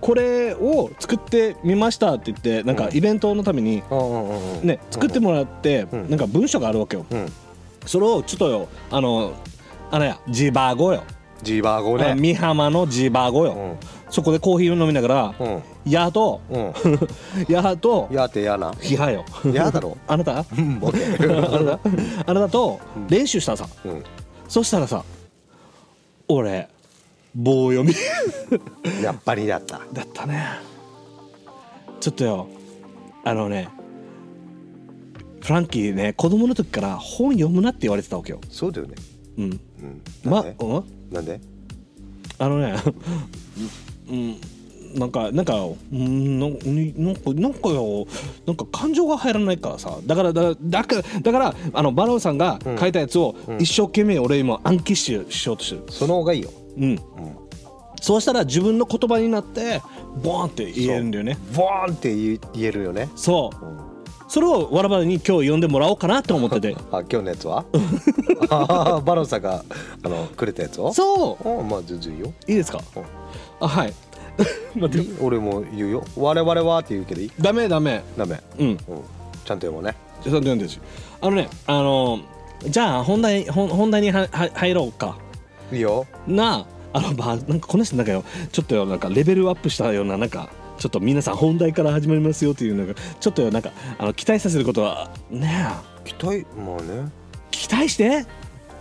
[SPEAKER 1] これを作ってみましたって言ってなんか
[SPEAKER 2] うん
[SPEAKER 1] イベントのために、
[SPEAKER 2] うんうんうん
[SPEAKER 1] ね、作ってもらって、
[SPEAKER 2] うん
[SPEAKER 1] なんか文章があるわけよ、
[SPEAKER 2] うん
[SPEAKER 1] それをちょっとよあのあのやジバゴよ、
[SPEAKER 2] ジバーゴ
[SPEAKER 1] あ
[SPEAKER 2] ね
[SPEAKER 1] 美浜のジバゴよ、そこでコーヒーを飲みながら、
[SPEAKER 2] うん
[SPEAKER 1] やと
[SPEAKER 2] うんうん
[SPEAKER 1] (laughs) やと
[SPEAKER 2] やってやな
[SPEAKER 1] ひはよ
[SPEAKER 2] やだろ
[SPEAKER 1] あなた
[SPEAKER 2] うん
[SPEAKER 1] (laughs)
[SPEAKER 2] オッケ
[SPEAKER 1] あ
[SPEAKER 2] ー
[SPEAKER 1] なたあなたと練習したさ、
[SPEAKER 2] うん
[SPEAKER 1] そしたらさ俺棒読み
[SPEAKER 2] やっぱり (laughs) だった
[SPEAKER 1] だったねちょっとよあのねフランキーね子供の時から本読むなって言われてたわけよ
[SPEAKER 2] そうだよね
[SPEAKER 1] うん
[SPEAKER 2] うんな
[SPEAKER 1] ま
[SPEAKER 2] んで
[SPEAKER 1] うん
[SPEAKER 2] なんで
[SPEAKER 1] あのねうんなんかなんかうんなんなんかなんかよなんか感情が入らないからさだからだだからだからあのバロンさんが書いたやつを一生懸命俺今暗記しようしようとしてる
[SPEAKER 2] その方がいいよ
[SPEAKER 1] うん
[SPEAKER 2] うん
[SPEAKER 1] そうしたら自分の言葉になってボーンって言えるんだよね
[SPEAKER 2] ボーンって言言えるよね
[SPEAKER 1] そう
[SPEAKER 2] うん
[SPEAKER 1] それをわらばらに今日呼んでもらおうかなと思ってて
[SPEAKER 2] あ今日のや
[SPEAKER 1] (laughs)
[SPEAKER 2] つはあーバロンさんがあのくれたやつを
[SPEAKER 1] そ
[SPEAKER 2] うんまあ全然いいよ
[SPEAKER 1] ういいですか
[SPEAKER 2] うん
[SPEAKER 1] あはい待って
[SPEAKER 2] 俺も言うよ我々はって言うけどいい
[SPEAKER 1] ダメダメ
[SPEAKER 2] ダメ
[SPEAKER 1] うん
[SPEAKER 2] うんちゃんと読もうね
[SPEAKER 1] ちょっと読んでほしいあのねあのじゃあ本題本本題にはは入ろうか
[SPEAKER 2] いいよ
[SPEAKER 1] なああのまあなんかこの人なんかよちょっとよなんかレベルアップしたようななんかちょっと皆さん本題から始まりますよっていうのがちょっとよなんかあの期待させることはねえ
[SPEAKER 2] 期待まあね
[SPEAKER 1] 期待して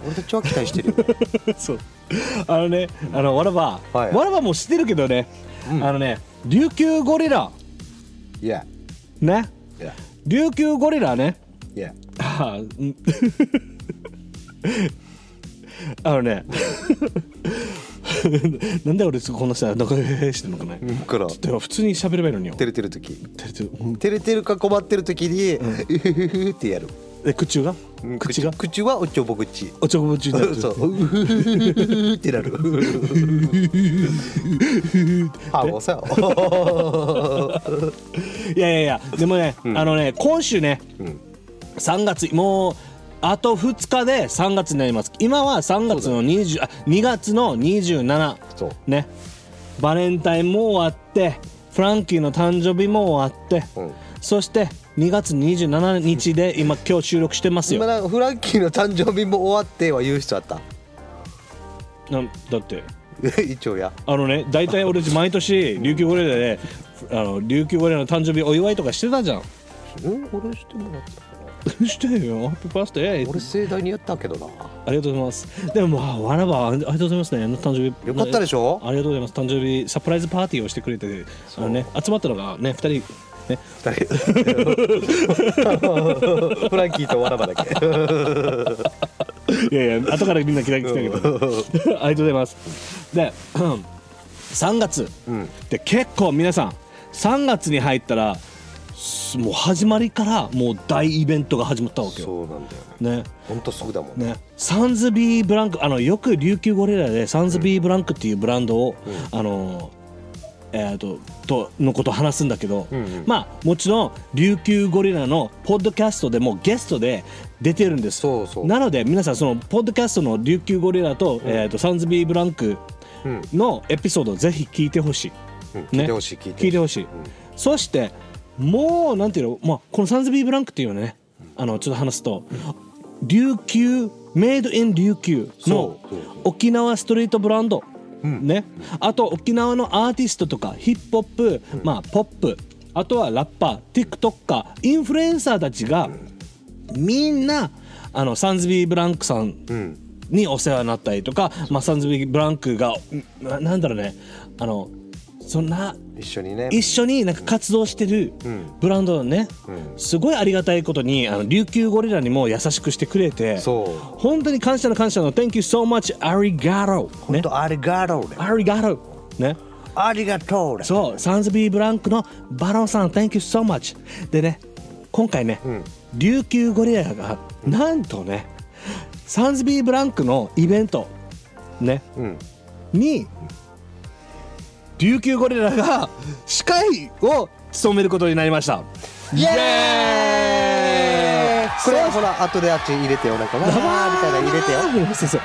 [SPEAKER 2] 俺たちは期待して (laughs) るよ
[SPEAKER 1] そうあのねあのわらば、
[SPEAKER 2] はい
[SPEAKER 1] わらばも知ってるけどね、あのね琉球ゴリラ
[SPEAKER 2] いや
[SPEAKER 1] ね
[SPEAKER 2] いや
[SPEAKER 1] 琉球ゴリラね
[SPEAKER 2] いや
[SPEAKER 1] あーうん (laughs) あのね (laughs) なんで俺こんなさなんかしてんのかね
[SPEAKER 2] うんから
[SPEAKER 1] では普通に喋ればいいのによ
[SPEAKER 2] 照れてる時
[SPEAKER 1] てれてるうん
[SPEAKER 2] 照れてるか困ってる時にうふふふってやる
[SPEAKER 1] え口が口が
[SPEAKER 2] 口はおちょぼ口
[SPEAKER 1] おちょぼ口にな (laughs) ってる
[SPEAKER 2] そううふふふふふってなるあもうさ
[SPEAKER 1] いやいやいやでもね、あのね今週ね、
[SPEAKER 2] うん
[SPEAKER 1] 3月もうあと2日で3月になります今は3月の20あ2月の27
[SPEAKER 2] そう
[SPEAKER 1] ねバレンタインも終わってフランキーの誕生日も終わって、
[SPEAKER 2] うん
[SPEAKER 1] そして2月27日で今今日収録してます
[SPEAKER 2] 今
[SPEAKER 1] よ、
[SPEAKER 2] なんかフランキーの誕生日も終わっては言う人あった
[SPEAKER 1] なだって
[SPEAKER 2] 一応や
[SPEAKER 1] あのね大体俺たち毎年琉球ゴリラで、あの琉球ゴリラの誕生日お祝いとかしてたじゃん
[SPEAKER 2] うん俺してもらったかな
[SPEAKER 1] (laughs) してよハッピーバースデー
[SPEAKER 2] 俺盛大にやったけどな
[SPEAKER 1] ありがとうございますでもまあわらばありがとうございますねあの誕生日
[SPEAKER 2] よかったでしょ
[SPEAKER 1] ありがとうございます誕生日サプライズパーティーをしてくれてあの、ね、集まったのがね2人ね
[SPEAKER 2] 二 (laughs) 人フランキーとわらばだけ
[SPEAKER 1] いやいや (laughs) 後からみんな来た来たけどありがとうございますで (clears throat) 3月、
[SPEAKER 2] ん
[SPEAKER 1] で結構皆さん3月に入ったらすもう始まりからもう大イベントが始まったわけよ、
[SPEAKER 2] そうなんだよ
[SPEAKER 1] ね
[SPEAKER 2] ねほんとすぐだもんね
[SPEAKER 1] ね、サンズビーブランクあのよく琉球ゴリラでサンズビーブランクっていうブランドを、あのえー、ととのことを話すんだけど、
[SPEAKER 2] んうん
[SPEAKER 1] まあもちろん琉球ゴリラのポッドキャストでもゲストで出てるんです
[SPEAKER 2] そうそう
[SPEAKER 1] なので皆さんそのポッドキャストの琉球ゴリラと,、えー、とサンズビーブランク
[SPEAKER 2] うん
[SPEAKER 1] のエピソードをぜひ聞いてほしい、
[SPEAKER 2] うん聞いてほしい聞いてほしい
[SPEAKER 1] 聞いてほしい、そしてもうなんていうの、まあ、このサンズビーブランクっていうのはねあのちょっと話すと琉球メイドイン琉球の
[SPEAKER 2] そうそう
[SPEAKER 1] 沖縄ストリートブランド、
[SPEAKER 2] ん
[SPEAKER 1] ね、あと沖縄のアーティストとかヒップホップ、まあ、ポップあとはラッパー TikToker インフルエンサーたちがみんなあのサンズビーブランクさん
[SPEAKER 2] うん
[SPEAKER 1] にお世話になったりとか、まあ、サンズビーブランクがんななんだろうねあのそんな
[SPEAKER 2] 一緒にね
[SPEAKER 1] 一緒になんか活動してるブランドのね、すごいありがたいことにあの琉球ゴリラにも優しくしてくれて
[SPEAKER 2] そう
[SPEAKER 1] 本当に感謝の感謝の「Thank you so much ありがとう」
[SPEAKER 2] ほん
[SPEAKER 1] ね
[SPEAKER 2] とありがとうね
[SPEAKER 1] ありがとうね
[SPEAKER 2] ありがとうね
[SPEAKER 1] そうサンズビーブランクのバロンさん Thank you so much でね今回ね、琉球ゴリラがなんとねサンズビーブランクのイベントね、
[SPEAKER 2] うん
[SPEAKER 1] に琉球ゴリラが司会を務めることになりました
[SPEAKER 2] イ
[SPEAKER 1] エ
[SPEAKER 2] エ
[SPEAKER 1] ーイ
[SPEAKER 2] ーイこれほら後であっち入れてよなんかわーみたいなの入れてよ
[SPEAKER 1] (laughs) そうそう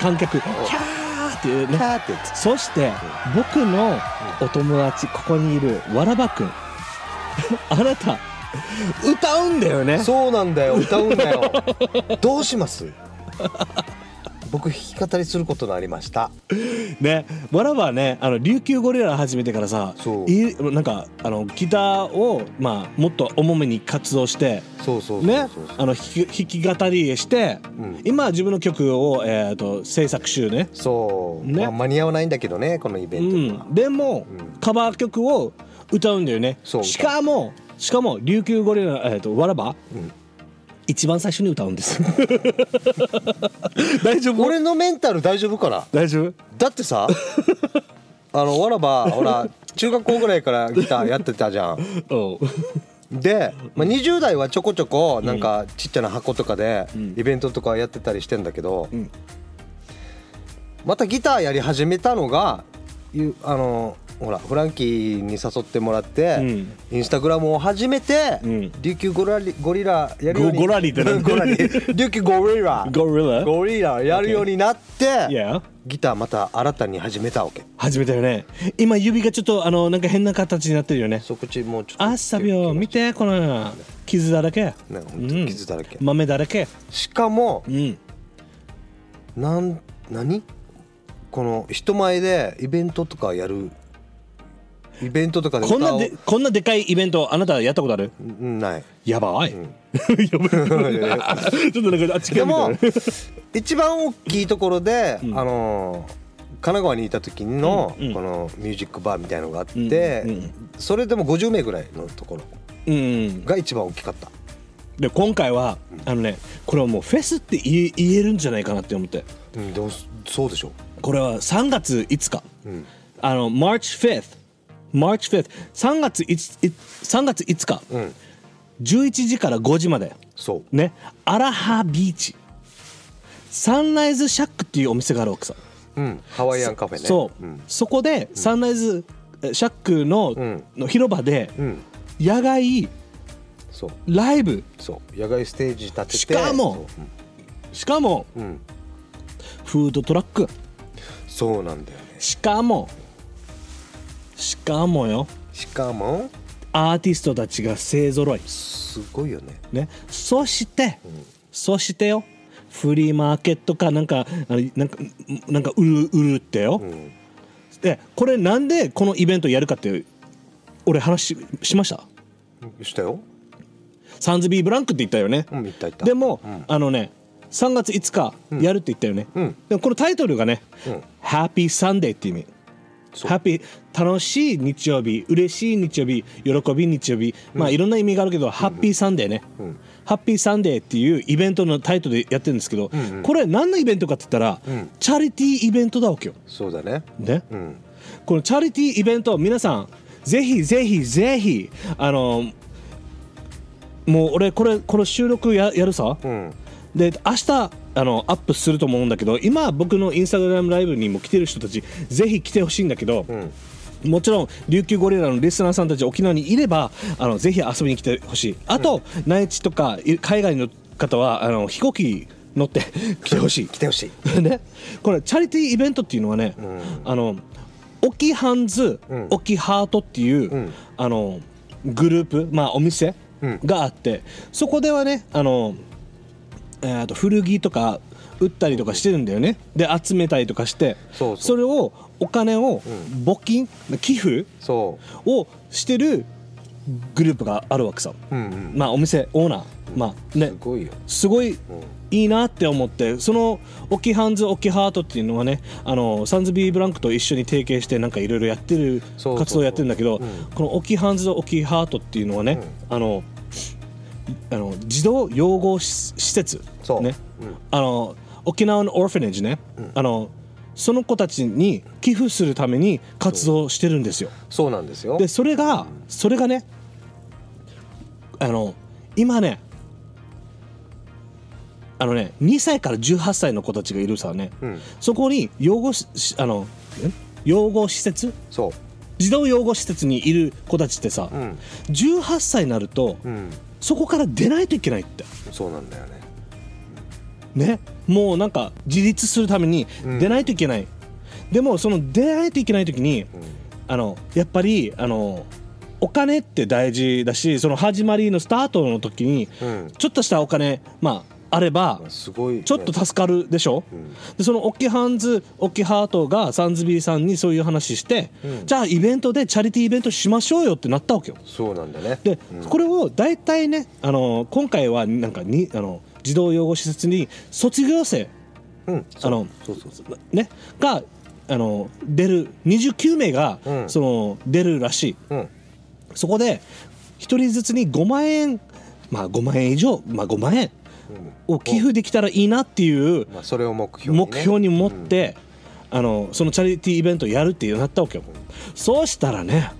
[SPEAKER 1] 観客キャーっていう
[SPEAKER 2] キ
[SPEAKER 1] ね
[SPEAKER 2] ャーって言って
[SPEAKER 1] そして僕のお友達ここにいるわらばくん (laughs) あなた歌うんだよね
[SPEAKER 2] そうなんだよ歌うんだ (laughs) よどうします僕弾き語りすることになりました
[SPEAKER 1] ねわらばはねあの琉球ゴリラ始めてからさ
[SPEAKER 2] そう
[SPEAKER 1] いなんかあのギターを、まあ、もっと重めに活動して
[SPEAKER 2] そうそうそう
[SPEAKER 1] ね
[SPEAKER 2] そうそう、
[SPEAKER 1] あの弾き弾き語りして、
[SPEAKER 2] ん
[SPEAKER 1] 今は自分の曲を、えー、と制作中ね、
[SPEAKER 2] そう、
[SPEAKER 1] ね
[SPEAKER 2] まあ、間に合わないんだけどねこのイベ
[SPEAKER 1] う
[SPEAKER 2] ントは、
[SPEAKER 1] ん、でも、カバー曲を歌うんだよね
[SPEAKER 2] そう
[SPEAKER 1] しかもしかも琉球ゴリラ、えー、とわらば、一番最初に歌うんです (laughs) 大丈夫
[SPEAKER 2] 俺のメンタル大丈夫かな
[SPEAKER 1] 大丈夫
[SPEAKER 2] だっ
[SPEAKER 1] (laughs)
[SPEAKER 2] てさあのわらばほら中学校ぐらいからギターやってたじゃん
[SPEAKER 1] (laughs) おう
[SPEAKER 2] で、まあ、20代はちょこちょこなんかちっちゃな箱とかでイベントとかやってたりしてんだけど、
[SPEAKER 1] ん
[SPEAKER 2] またギターやり始めたのがゆあのほらフランキーに誘ってもらって、
[SPEAKER 1] うん
[SPEAKER 2] インスタグラムを始めて、
[SPEAKER 1] うん
[SPEAKER 2] 琉球ゴラリゴリラやるように
[SPEAKER 1] ゴゴラリってなんだ
[SPEAKER 2] (laughs) ゴラリ琉球ゴリラ
[SPEAKER 1] ゴリラ
[SPEAKER 2] ゴリラやるようになって、
[SPEAKER 1] Yeah
[SPEAKER 2] ギターまた新たに始めたわけ
[SPEAKER 1] 始めたよね今指がちょっとあのなんか変な形になってるよね
[SPEAKER 2] そこちもうちょっと
[SPEAKER 1] あっさびょう見てこの傷だらけ
[SPEAKER 2] ねほんと傷だらけ
[SPEAKER 1] うん豆だらけ
[SPEAKER 2] しかも、
[SPEAKER 1] うん
[SPEAKER 2] なん何この人前でイベントとかやるイベントとかで歌
[SPEAKER 1] こ
[SPEAKER 2] を
[SPEAKER 1] んなでこんなでかいイベントあなたやったことある
[SPEAKER 2] うんない
[SPEAKER 1] やば (laughs) い、やばいちょっとなんかあっち
[SPEAKER 2] で
[SPEAKER 1] 系み (laughs) たい
[SPEAKER 2] も
[SPEAKER 1] な
[SPEAKER 2] 一番大きいところで、あのー神奈川にいた時の、
[SPEAKER 1] うんうん
[SPEAKER 2] このミュージックバーみたいのがあって、
[SPEAKER 1] うんうん
[SPEAKER 2] それでも50名ぐらいのところ
[SPEAKER 1] うんうん
[SPEAKER 2] が一番大きかった
[SPEAKER 1] で今回はあのねこれはもうフェスって言え言えるんじゃないかなって思って
[SPEAKER 2] うんでもそうでしょ
[SPEAKER 1] これは3月5日、
[SPEAKER 2] ん
[SPEAKER 1] あの March 5th March 5th 3月 5, 3月5日、
[SPEAKER 2] ん
[SPEAKER 1] 11時から5時まで
[SPEAKER 2] そう
[SPEAKER 1] ねアラハビーチサンライズシャックっていうお店があるわけさ
[SPEAKER 2] うん、ハワイアンカフェね
[SPEAKER 1] そう、
[SPEAKER 2] ん
[SPEAKER 1] そこでサンライズえシャックの,、
[SPEAKER 2] ん
[SPEAKER 1] の広場で、
[SPEAKER 2] ん
[SPEAKER 1] 野外
[SPEAKER 2] そう
[SPEAKER 1] ライブ
[SPEAKER 2] そう野外ステージ立てて
[SPEAKER 1] しかもしかも、
[SPEAKER 2] そう,、うん、
[SPEAKER 1] フードトラック
[SPEAKER 2] そうなんだよね
[SPEAKER 1] しかもしかもよ
[SPEAKER 2] しかも
[SPEAKER 1] アーティストたちが勢ぞろい
[SPEAKER 2] すごいよね
[SPEAKER 1] ね、そして、そしてよフリーマーケットかなんかあのなんかなんか売る売るってよ、
[SPEAKER 2] ん
[SPEAKER 1] でこれなんでこのイベントやるかって俺話ししました
[SPEAKER 2] したよ
[SPEAKER 1] サンズビーブランクって言ったよね、
[SPEAKER 2] うんいったいった
[SPEAKER 1] でも、
[SPEAKER 2] うん
[SPEAKER 1] あのね3月5日やるって言ったよね、
[SPEAKER 2] うん
[SPEAKER 1] でもこのタイトルがね
[SPEAKER 2] うん
[SPEAKER 1] 「ハッピーサンデー」って意味
[SPEAKER 2] そう
[SPEAKER 1] ハッピー楽しい日曜日嬉しい日曜日喜び日曜日、まあいろんな意味があるけど、ハッピーサンデーね、
[SPEAKER 2] ん
[SPEAKER 1] ハッピーサンデーっていうイベントのタイトルでやってるんですけど、
[SPEAKER 2] んうん
[SPEAKER 1] これ何のイベントかって言ったら、
[SPEAKER 2] うん
[SPEAKER 1] チャリティーイベントだわけよ、
[SPEAKER 2] そうだね
[SPEAKER 1] ね
[SPEAKER 2] うん
[SPEAKER 1] このチャリティーイベント皆さんぜひぜひぜひあのもう俺これこの収録ややるさ、
[SPEAKER 2] うん
[SPEAKER 1] で明日あのアップすると思うんだけど今僕のインスタグラムライブにも来てる人たちぜひ来てほしいんだけど、
[SPEAKER 2] ん
[SPEAKER 1] もちろん琉球ゴリラのリスナーさんたち沖縄にいればあのぜひ遊びに来てほしいあと、内地とかい海外の方はあの飛行機乗って来てほしい
[SPEAKER 2] 来てほしい
[SPEAKER 1] (laughs) ね、これチャリティーイベントっていうのはね、あのオキハンズ、
[SPEAKER 2] うん
[SPEAKER 1] オキハートっていう、
[SPEAKER 2] ん
[SPEAKER 1] あのグループ、まあ、お店
[SPEAKER 2] うん
[SPEAKER 1] があって、そこではねあの、えーと古着とか売ったりとかしてるんだよねで集めたりとかして
[SPEAKER 2] そうそう
[SPEAKER 1] れをお金を
[SPEAKER 2] ん
[SPEAKER 1] 募金、寄付
[SPEAKER 2] そ
[SPEAKER 1] をしてるグループがあるわけさ、
[SPEAKER 2] ううんうん
[SPEAKER 1] まあお店オーナー、まあね
[SPEAKER 2] すごいよ
[SPEAKER 1] すごいいいなって思ってそのオキハンズオキハートっていうのはねあのサンズビーブランクと一緒に提携してなんかいろいろやってる
[SPEAKER 2] そうそうそう
[SPEAKER 1] 活動やってるんだけど
[SPEAKER 2] うん
[SPEAKER 1] このオキハンズオキハートっていうのはね、あのあの児童養護施施設
[SPEAKER 2] そう
[SPEAKER 1] ね
[SPEAKER 2] うん
[SPEAKER 1] あの沖縄のオーフェネージね、あのその子たちに寄付するために活動してるんですよ。
[SPEAKER 2] そうなんですよ
[SPEAKER 1] でそれがそれがねあの今ねあのね2歳から18歳の子たちがいるさね、
[SPEAKER 2] うん
[SPEAKER 1] そこに養護しあのん養護施設
[SPEAKER 2] そ
[SPEAKER 1] 児童養護施設にいる子たちってさ、
[SPEAKER 2] ううん
[SPEAKER 1] 18歳になると、
[SPEAKER 2] うん
[SPEAKER 1] そこから出ないといけないって
[SPEAKER 2] そうなんだよね
[SPEAKER 1] ねもうなんか自立するために
[SPEAKER 2] うん
[SPEAKER 1] 出ないといけない、でもその出ないといけない時に、あのやっぱりあのお金って大事だしその始まりのスタートの時に、
[SPEAKER 2] うん
[SPEAKER 1] ちょっとしたお金まああれば
[SPEAKER 2] すごいね
[SPEAKER 1] ちょっと助かるでしょ、でそのオキハンズオキハートがサンズビーさんにそういう話して、
[SPEAKER 2] うん
[SPEAKER 1] じゃあイベントでチャリティーイベントしましょうよってなったわけよ。
[SPEAKER 2] そうなんだね
[SPEAKER 1] で、
[SPEAKER 2] うん
[SPEAKER 1] これを大体ねあの今回はなんかにあの児童養護施設に卒業生
[SPEAKER 2] うん
[SPEAKER 1] あの
[SPEAKER 2] そうそうそう
[SPEAKER 1] ねがあの出る29名が、
[SPEAKER 2] うん
[SPEAKER 1] その出るらしい
[SPEAKER 2] うん
[SPEAKER 1] そこで1人ずつに5万円まあ5万円以上まあ5万円を寄付できたらいいなっていう
[SPEAKER 2] まあそれを目標にね
[SPEAKER 1] 目標に持って、あのそのチャリティーイベントやるっていうなったわけよ、そうしたらね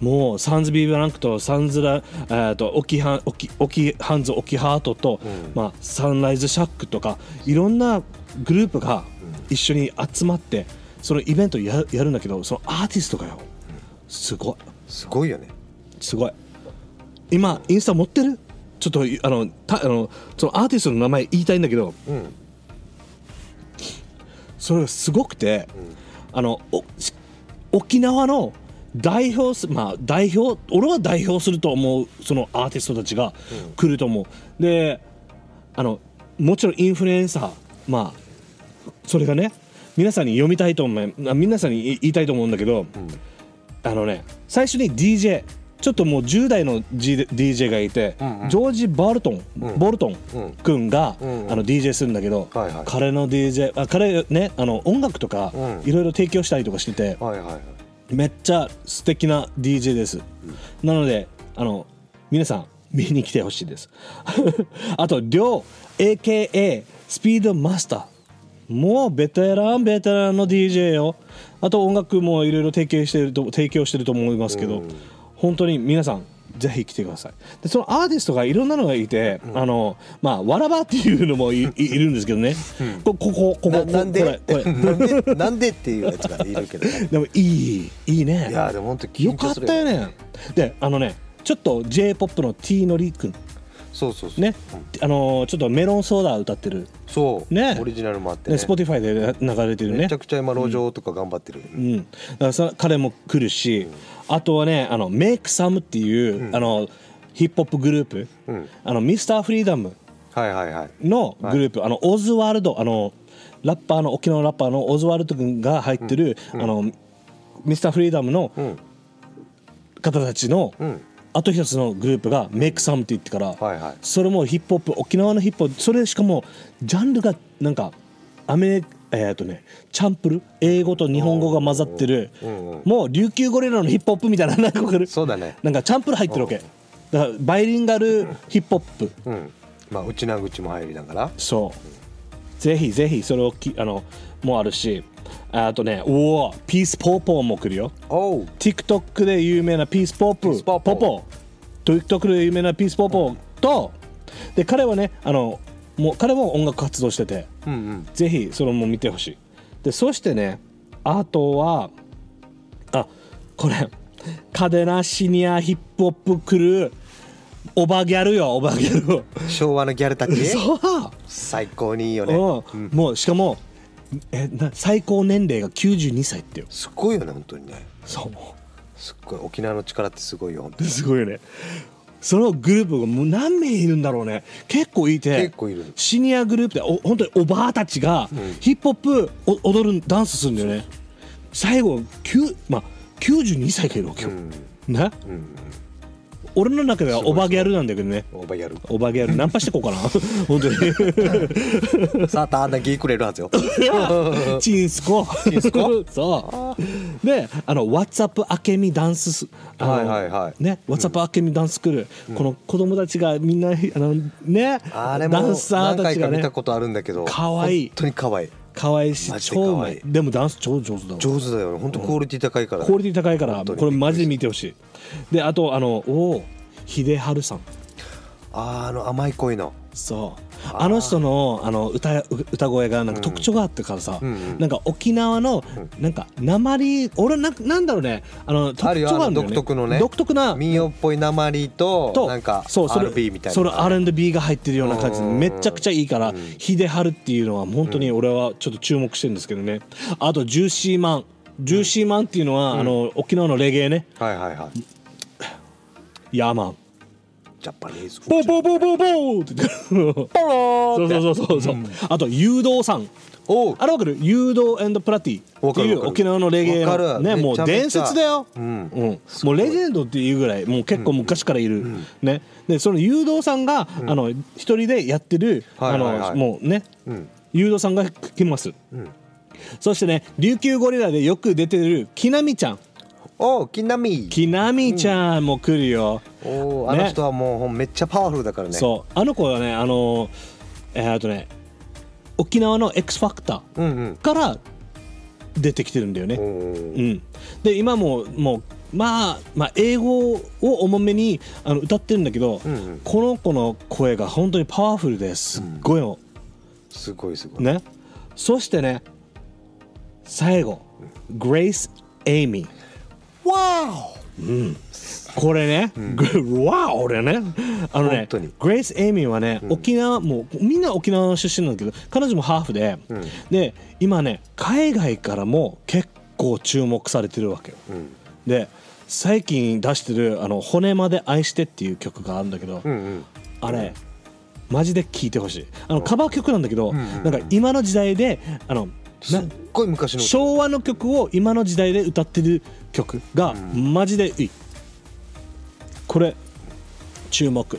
[SPEAKER 1] もうサンズビーブランクとサンズラえーとオキハンオキオキハンズオキハートと、
[SPEAKER 2] うん
[SPEAKER 1] まあ、サンライズシャックとかいろんなグループが一緒に集まってそのイベントややるんだけどそのアーティストがよすごい
[SPEAKER 2] すごいよね
[SPEAKER 1] すごい今インスタ持ってるちょっとあのたあのそのアーティストの名前言いたいんだけど
[SPEAKER 2] うん
[SPEAKER 1] それがすごくて、あのおし沖縄の代表すまあ代表俺は代表すると思うそのアーティストたちが来ると思う、であのもちろんインフルエンサーまあそれがね皆さんに読みたいと思うあ皆さんに言い言いたいと思うんだけど、あのね最初に DJ ちょっともう10代の G- DJ がいて、
[SPEAKER 2] んうん
[SPEAKER 1] ジョージ・バルトン、ボルトン君が、
[SPEAKER 2] うんうん
[SPEAKER 1] あの DJ するんだけど、
[SPEAKER 2] はいはい
[SPEAKER 1] 彼の DJ あ彼ねあの音楽とか
[SPEAKER 2] うん
[SPEAKER 1] いろいろ提供したりとかしてて、
[SPEAKER 2] はいはいはい
[SPEAKER 1] めっちゃ素敵な DJ です、なのであの皆さん見に来てほしいです (laughs) あとりょう AKA スピードマスターもうベテランベテランの DJ よあと音楽もいろいろ提供してると提供してると思いますけど、本当に皆さんぜひ来てくださいでそのアーティストがいろんなのがいて、あのまあわらばっていうの
[SPEAKER 2] (laughs)
[SPEAKER 1] もいいいるんですけどね、こここここ
[SPEAKER 2] な
[SPEAKER 1] こ
[SPEAKER 2] なん
[SPEAKER 1] こ
[SPEAKER 2] で
[SPEAKER 1] れこれ
[SPEAKER 2] (laughs) なんでなんでっていうやつがいるけどね
[SPEAKER 1] でもいいいいね
[SPEAKER 2] いやーでも本当緊
[SPEAKER 1] よ
[SPEAKER 2] 張
[SPEAKER 1] かっ
[SPEAKER 2] する
[SPEAKER 1] たよねであのねちょっと j p o p の T のりくん
[SPEAKER 2] そうそうそう
[SPEAKER 1] ね
[SPEAKER 2] うん、
[SPEAKER 1] あのーちょっとメロンソーダ歌ってる、
[SPEAKER 2] そう
[SPEAKER 1] ね
[SPEAKER 2] オリジナルもあって
[SPEAKER 1] ね
[SPEAKER 2] ね
[SPEAKER 1] Spotify で流れてるね
[SPEAKER 2] めちゃくちゃ今路上とか頑張ってる、
[SPEAKER 1] うん、だからそ彼も来るし、あとはねあのメイクサムっていう、あのヒップホップグループ、
[SPEAKER 2] うん
[SPEAKER 1] あのミスターフリーダム
[SPEAKER 2] はいはいはい
[SPEAKER 1] のグループ、あのオズワルドあのラッパーの沖縄のラッパーのオズワルド君が入ってる、あのミスターフリーダムの
[SPEAKER 2] うん
[SPEAKER 1] 方たちの、
[SPEAKER 2] うん
[SPEAKER 1] あと一つのグループがメイクサムって言ってから、
[SPEAKER 2] はいはい
[SPEAKER 1] それもヒップホップ沖縄のヒップホップそれしかもジャンルがなんかアメリえー、とねチャンプル英語と日本語が混ざってる、
[SPEAKER 2] うんうん
[SPEAKER 1] もう琉球ゴリラのヒップホップみたいななんかわかる
[SPEAKER 2] そうだね
[SPEAKER 1] なんかチャンプル入ってるわけだからバイリンガルヒップホップ
[SPEAKER 2] うんまあ内な口も入りながら
[SPEAKER 1] そうぜひぜひそれをきあのもあるしあとねうおピースポーポーも来るよ
[SPEAKER 2] おう
[SPEAKER 1] TikTok で有名なピースポープ
[SPEAKER 2] ピースポープ
[SPEAKER 1] ポポ TikTok で有名なピースポーポとで彼はねあのもう彼も音楽活動してて
[SPEAKER 2] うんうん
[SPEAKER 1] ぜひそれも見てほしいでそしてねあとはあこれカデナシニアヒップホップクルーオバギャルよオバギャル
[SPEAKER 2] 昭和のギャルたち
[SPEAKER 1] そう
[SPEAKER 2] 最高にいいよね、
[SPEAKER 1] うん、もうしかもえな最高年齢が92歳ってよ
[SPEAKER 2] すっごいよね本当にね
[SPEAKER 1] そう
[SPEAKER 2] すっごい沖縄の力ってすごいよ本当に
[SPEAKER 1] すごいよねそのグループがもう何名いるんだろうね結構いて
[SPEAKER 2] 結構いる
[SPEAKER 1] シニアグループでお本当におばあたちがヒップホップお踊るダンスするんだよね最後9まあ92歳がいるわけよ、ね、俺の中ではおばギャルなんだけどね
[SPEAKER 2] オーバーギ
[SPEAKER 1] (laughs)
[SPEAKER 2] ャル
[SPEAKER 1] おばギャルナンパしてこうか (laughs) な本当に
[SPEAKER 2] サーターアンダギーくれるはずよ
[SPEAKER 1] チンスコ。
[SPEAKER 2] チンスコ
[SPEAKER 1] (laughs) そう。で、あの、WhatsApp あけみダンスす。あの
[SPEAKER 2] はいはいはい
[SPEAKER 1] ね、WhatsApp あけみダンスクール、この子供たちがみんな、あの、ね。
[SPEAKER 2] あれ
[SPEAKER 1] ダ
[SPEAKER 2] も
[SPEAKER 1] ンサー
[SPEAKER 2] 何
[SPEAKER 1] た
[SPEAKER 2] 回
[SPEAKER 1] ち
[SPEAKER 2] か
[SPEAKER 1] が
[SPEAKER 2] 見
[SPEAKER 1] ね
[SPEAKER 2] た。ことあるんだけど
[SPEAKER 1] かわいい
[SPEAKER 2] 本当に可愛い
[SPEAKER 1] 可愛いし
[SPEAKER 2] マ、ジで
[SPEAKER 1] 超う
[SPEAKER 2] 可
[SPEAKER 1] ま
[SPEAKER 2] 愛い
[SPEAKER 1] い。でもダンス超上手だわ。
[SPEAKER 2] 上手だよね本当クオリティ高いから
[SPEAKER 1] クオリティ高いから、
[SPEAKER 2] 本当に
[SPEAKER 1] これマジで見てほしい。で、あと、あの、おお、秀治さん。
[SPEAKER 2] あーあの甘い恋の
[SPEAKER 1] そうあの人のあの歌歌声がなんか特徴があったからさ、
[SPEAKER 2] うんうん
[SPEAKER 1] なんか沖縄のなんか鉛俺なんかなんだろうねあの特
[SPEAKER 2] ある
[SPEAKER 1] 徴
[SPEAKER 2] よ
[SPEAKER 1] がある
[SPEAKER 2] あ
[SPEAKER 1] ん
[SPEAKER 2] の
[SPEAKER 1] だよね
[SPEAKER 2] 独特のね
[SPEAKER 1] 独特な
[SPEAKER 2] 民謡っぽい鉛と
[SPEAKER 1] と
[SPEAKER 2] なんか
[SPEAKER 1] そうそれ
[SPEAKER 2] RB みたいな
[SPEAKER 1] それ R&B が入ってるような感じで
[SPEAKER 2] うん
[SPEAKER 1] めちゃくちゃいいから秀治っていうのは本当に俺はちょっと注目してるんですけどねあとジューシーマンジューシーマンっていうのは、あの沖縄のレゲエね
[SPEAKER 2] はいはいはい
[SPEAKER 1] ヤーマン
[SPEAKER 2] ジャパニーズ
[SPEAKER 1] ボーボーボーボーボーって言って
[SPEAKER 2] ポロ
[SPEAKER 1] そうそうそうそうそう、あと誘導さん
[SPEAKER 2] おう
[SPEAKER 1] あれわかる誘導プラティってい
[SPEAKER 2] わかるわ
[SPEAKER 1] う
[SPEAKER 2] かる
[SPEAKER 1] 沖縄のレゲエ
[SPEAKER 2] わ
[SPEAKER 1] の
[SPEAKER 2] かる
[SPEAKER 1] ねもう
[SPEAKER 2] めちゃめちゃ
[SPEAKER 1] 伝説だよ、
[SPEAKER 2] うん
[SPEAKER 1] もうレジェンドっていうぐらいもう結構昔からいる、ねでその誘導さんが、あの一人でやってる、
[SPEAKER 2] はいはいはい
[SPEAKER 1] あのもうね、
[SPEAKER 2] うん
[SPEAKER 1] 誘導さんが来ます
[SPEAKER 2] うん
[SPEAKER 1] そしてね琉球ゴリラでよく出てるきなみちゃん
[SPEAKER 2] おうキナミ
[SPEAKER 1] きなみちゃんも来るよ、
[SPEAKER 2] おうあ
[SPEAKER 1] ね
[SPEAKER 2] の人はもうほんめっちゃパワフルだからね
[SPEAKER 1] そうあの子はねあのえー、あとね沖縄の X ファクタ
[SPEAKER 2] うんうん
[SPEAKER 1] ーから出てきてるんだよね、
[SPEAKER 2] おう
[SPEAKER 1] うん、で今ももう、まあ、まあ英語を重めにあの歌ってるんだけど、
[SPEAKER 2] んうん
[SPEAKER 1] この子の声が本当にパワフルですっごいの、
[SPEAKER 2] すごいすごい
[SPEAKER 1] ねそしてね最後グレイス・エイミー
[SPEAKER 2] わ
[SPEAKER 1] これね、グわお俺ねあのね
[SPEAKER 2] 本当に
[SPEAKER 1] グレイス・エイミーはね、沖縄もうみんな沖縄の出身なんだけど彼女もハーフで、で今ね海外からも結構注目されてるわけよ、
[SPEAKER 2] おうん
[SPEAKER 1] で最近出してる「あの骨まで愛して」っていう曲があるんだけど、
[SPEAKER 2] うんうん
[SPEAKER 1] あれマジで聴いてほしいあのカバー曲なんだけど、なんか今の時代であの
[SPEAKER 2] す
[SPEAKER 1] な
[SPEAKER 2] っごい昔の
[SPEAKER 1] 昭和の曲を今の時代で歌ってる曲がマジでいいこれ注目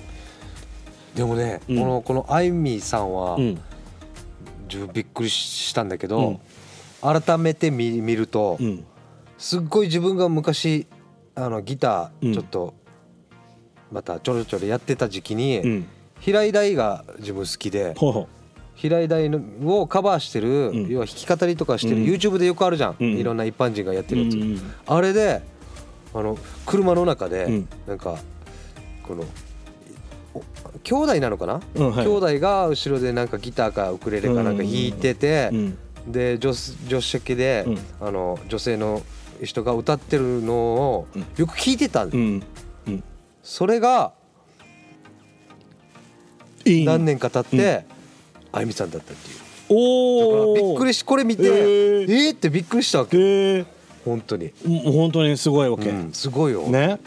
[SPEAKER 2] でもね、このこのあいみさんは、
[SPEAKER 1] うん
[SPEAKER 2] 自分びっくりしたんだけ
[SPEAKER 1] う
[SPEAKER 2] ど、改めて見見ると、
[SPEAKER 1] うん
[SPEAKER 2] すっごい自分が昔あのギタ
[SPEAKER 1] うん
[SPEAKER 2] ーちょっと、またちょろちょろやってた時期に、
[SPEAKER 1] うん
[SPEAKER 2] 平井大が自分好きで
[SPEAKER 1] ほうほ
[SPEAKER 2] 平井大のをカバーしてる、
[SPEAKER 1] ん
[SPEAKER 2] 要は弾き語りとかしてる、
[SPEAKER 1] うん
[SPEAKER 2] YouTube でよくあるじゃん、
[SPEAKER 1] うん
[SPEAKER 2] いろんな一般人がやってるやつ、
[SPEAKER 1] うんうんうん
[SPEAKER 2] あれであの車の中で、
[SPEAKER 1] うん
[SPEAKER 2] なんかこのお兄弟なのかな、
[SPEAKER 1] うんはい
[SPEAKER 2] 兄弟が後ろでなんかギターかウクレレかなんか弾いてて、
[SPEAKER 1] う、うん、
[SPEAKER 2] で助助手席で、
[SPEAKER 1] うん
[SPEAKER 2] あの女性の人が歌ってるのを
[SPEAKER 1] うん
[SPEAKER 2] よく聞いてたん
[SPEAKER 1] うんうん
[SPEAKER 2] それが
[SPEAKER 1] いい
[SPEAKER 2] 何年か経って、あゆみさんだったっていうだから
[SPEAKER 1] おお
[SPEAKER 2] びっくりしこれ見て
[SPEAKER 1] へー
[SPEAKER 2] えー、ってびっくりしたわけ
[SPEAKER 1] へえ
[SPEAKER 2] 本当に、
[SPEAKER 1] もう本当にすごいわけ、
[SPEAKER 2] うんすごいよ、
[SPEAKER 1] ね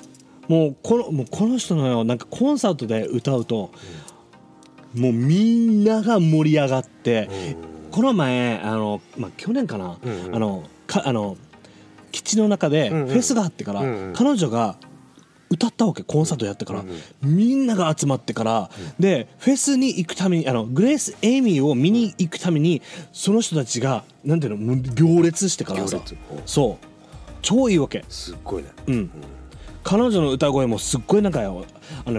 [SPEAKER 1] もうこのもうこの人のよなんかコンサートで歌うと、もうみんなが盛り上がって、この前あの、まあ、去年かな、
[SPEAKER 2] うんうん
[SPEAKER 1] あのかあの基地の中で
[SPEAKER 2] う
[SPEAKER 1] フ
[SPEAKER 2] んうん
[SPEAKER 1] ェスがあってから、
[SPEAKER 2] うんうん
[SPEAKER 1] 彼女が歌ったわけコンサートやってから、
[SPEAKER 2] うん
[SPEAKER 1] みんなが集まってから、でフェスに行くためにあのグレース・エイミーを見に行くためにその人たちがなんていうのもう行列してからさ
[SPEAKER 2] 行列
[SPEAKER 1] そう超いいわけ。
[SPEAKER 2] すっごいね、
[SPEAKER 1] うん、彼女の歌声もすっごいなんかあの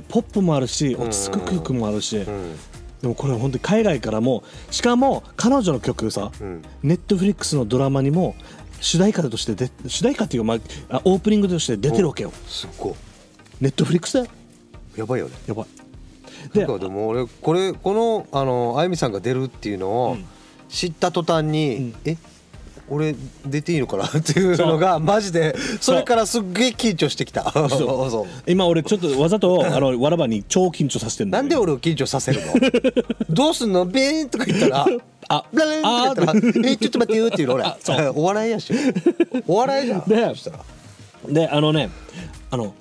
[SPEAKER 1] ポップもあるし落ち着く曲もあるし、
[SPEAKER 2] うん
[SPEAKER 1] でもこれ本当に海外からもしかも彼女の曲さ、
[SPEAKER 2] うん
[SPEAKER 1] ネットフリックスのドラマにも主題歌としてで主題歌っていうか、まあ、あオープニングとして出てるわけよ
[SPEAKER 2] すっごい
[SPEAKER 1] ネットフリックスで
[SPEAKER 2] やばいよね
[SPEAKER 1] やばい
[SPEAKER 2] な
[SPEAKER 1] で
[SPEAKER 2] んかでも俺これこのあのあゆみさんが出るっていうのを知った途端に、え俺出ていいのかなっていうのがマジでそれからすっげえ緊張してきたそうそう
[SPEAKER 1] 今俺ちょっとわざとあのわらばに超緊張させてるだ
[SPEAKER 2] な
[SPEAKER 1] よ
[SPEAKER 2] んで俺を緊張させるのどうすんのビーンとか言ったら「
[SPEAKER 1] あ
[SPEAKER 2] あブレーン」とか言ったら「えちょっと待ってよ」って言うの俺お笑いやしお笑いじゃん
[SPEAKER 1] で
[SPEAKER 2] そしたら
[SPEAKER 1] であのねあの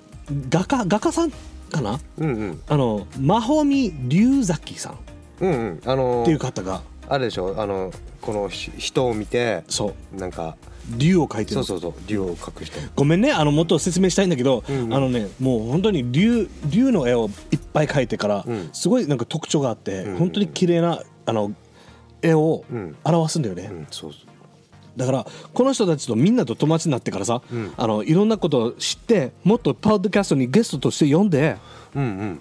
[SPEAKER 1] 画家画家さんかな
[SPEAKER 2] うんうん
[SPEAKER 1] あの真穂美龍崎さんっ
[SPEAKER 2] うんうんあの
[SPEAKER 1] ていう方が
[SPEAKER 2] あれでしょあのこのひ人を見て
[SPEAKER 1] そう
[SPEAKER 2] なんか
[SPEAKER 1] 竜を描いて
[SPEAKER 2] そ
[SPEAKER 1] る
[SPEAKER 2] うそうそう竜を描く人
[SPEAKER 1] ごめんねあのもっと説明したいんだけど、
[SPEAKER 2] ん
[SPEAKER 1] あのねもう本当に竜竜の絵をいっぱい描いてから、
[SPEAKER 2] ん
[SPEAKER 1] すごいなんか特徴があって、
[SPEAKER 2] ん
[SPEAKER 1] 本当に綺麗なあの絵を
[SPEAKER 2] うん
[SPEAKER 1] 表すんだよね、
[SPEAKER 2] うんそうそう
[SPEAKER 1] だからこの人たちとみんなと友達になってからさ、
[SPEAKER 2] ん
[SPEAKER 1] あのいろんなことを知ってもっとパードキャストにゲストとして呼んで
[SPEAKER 2] うんうん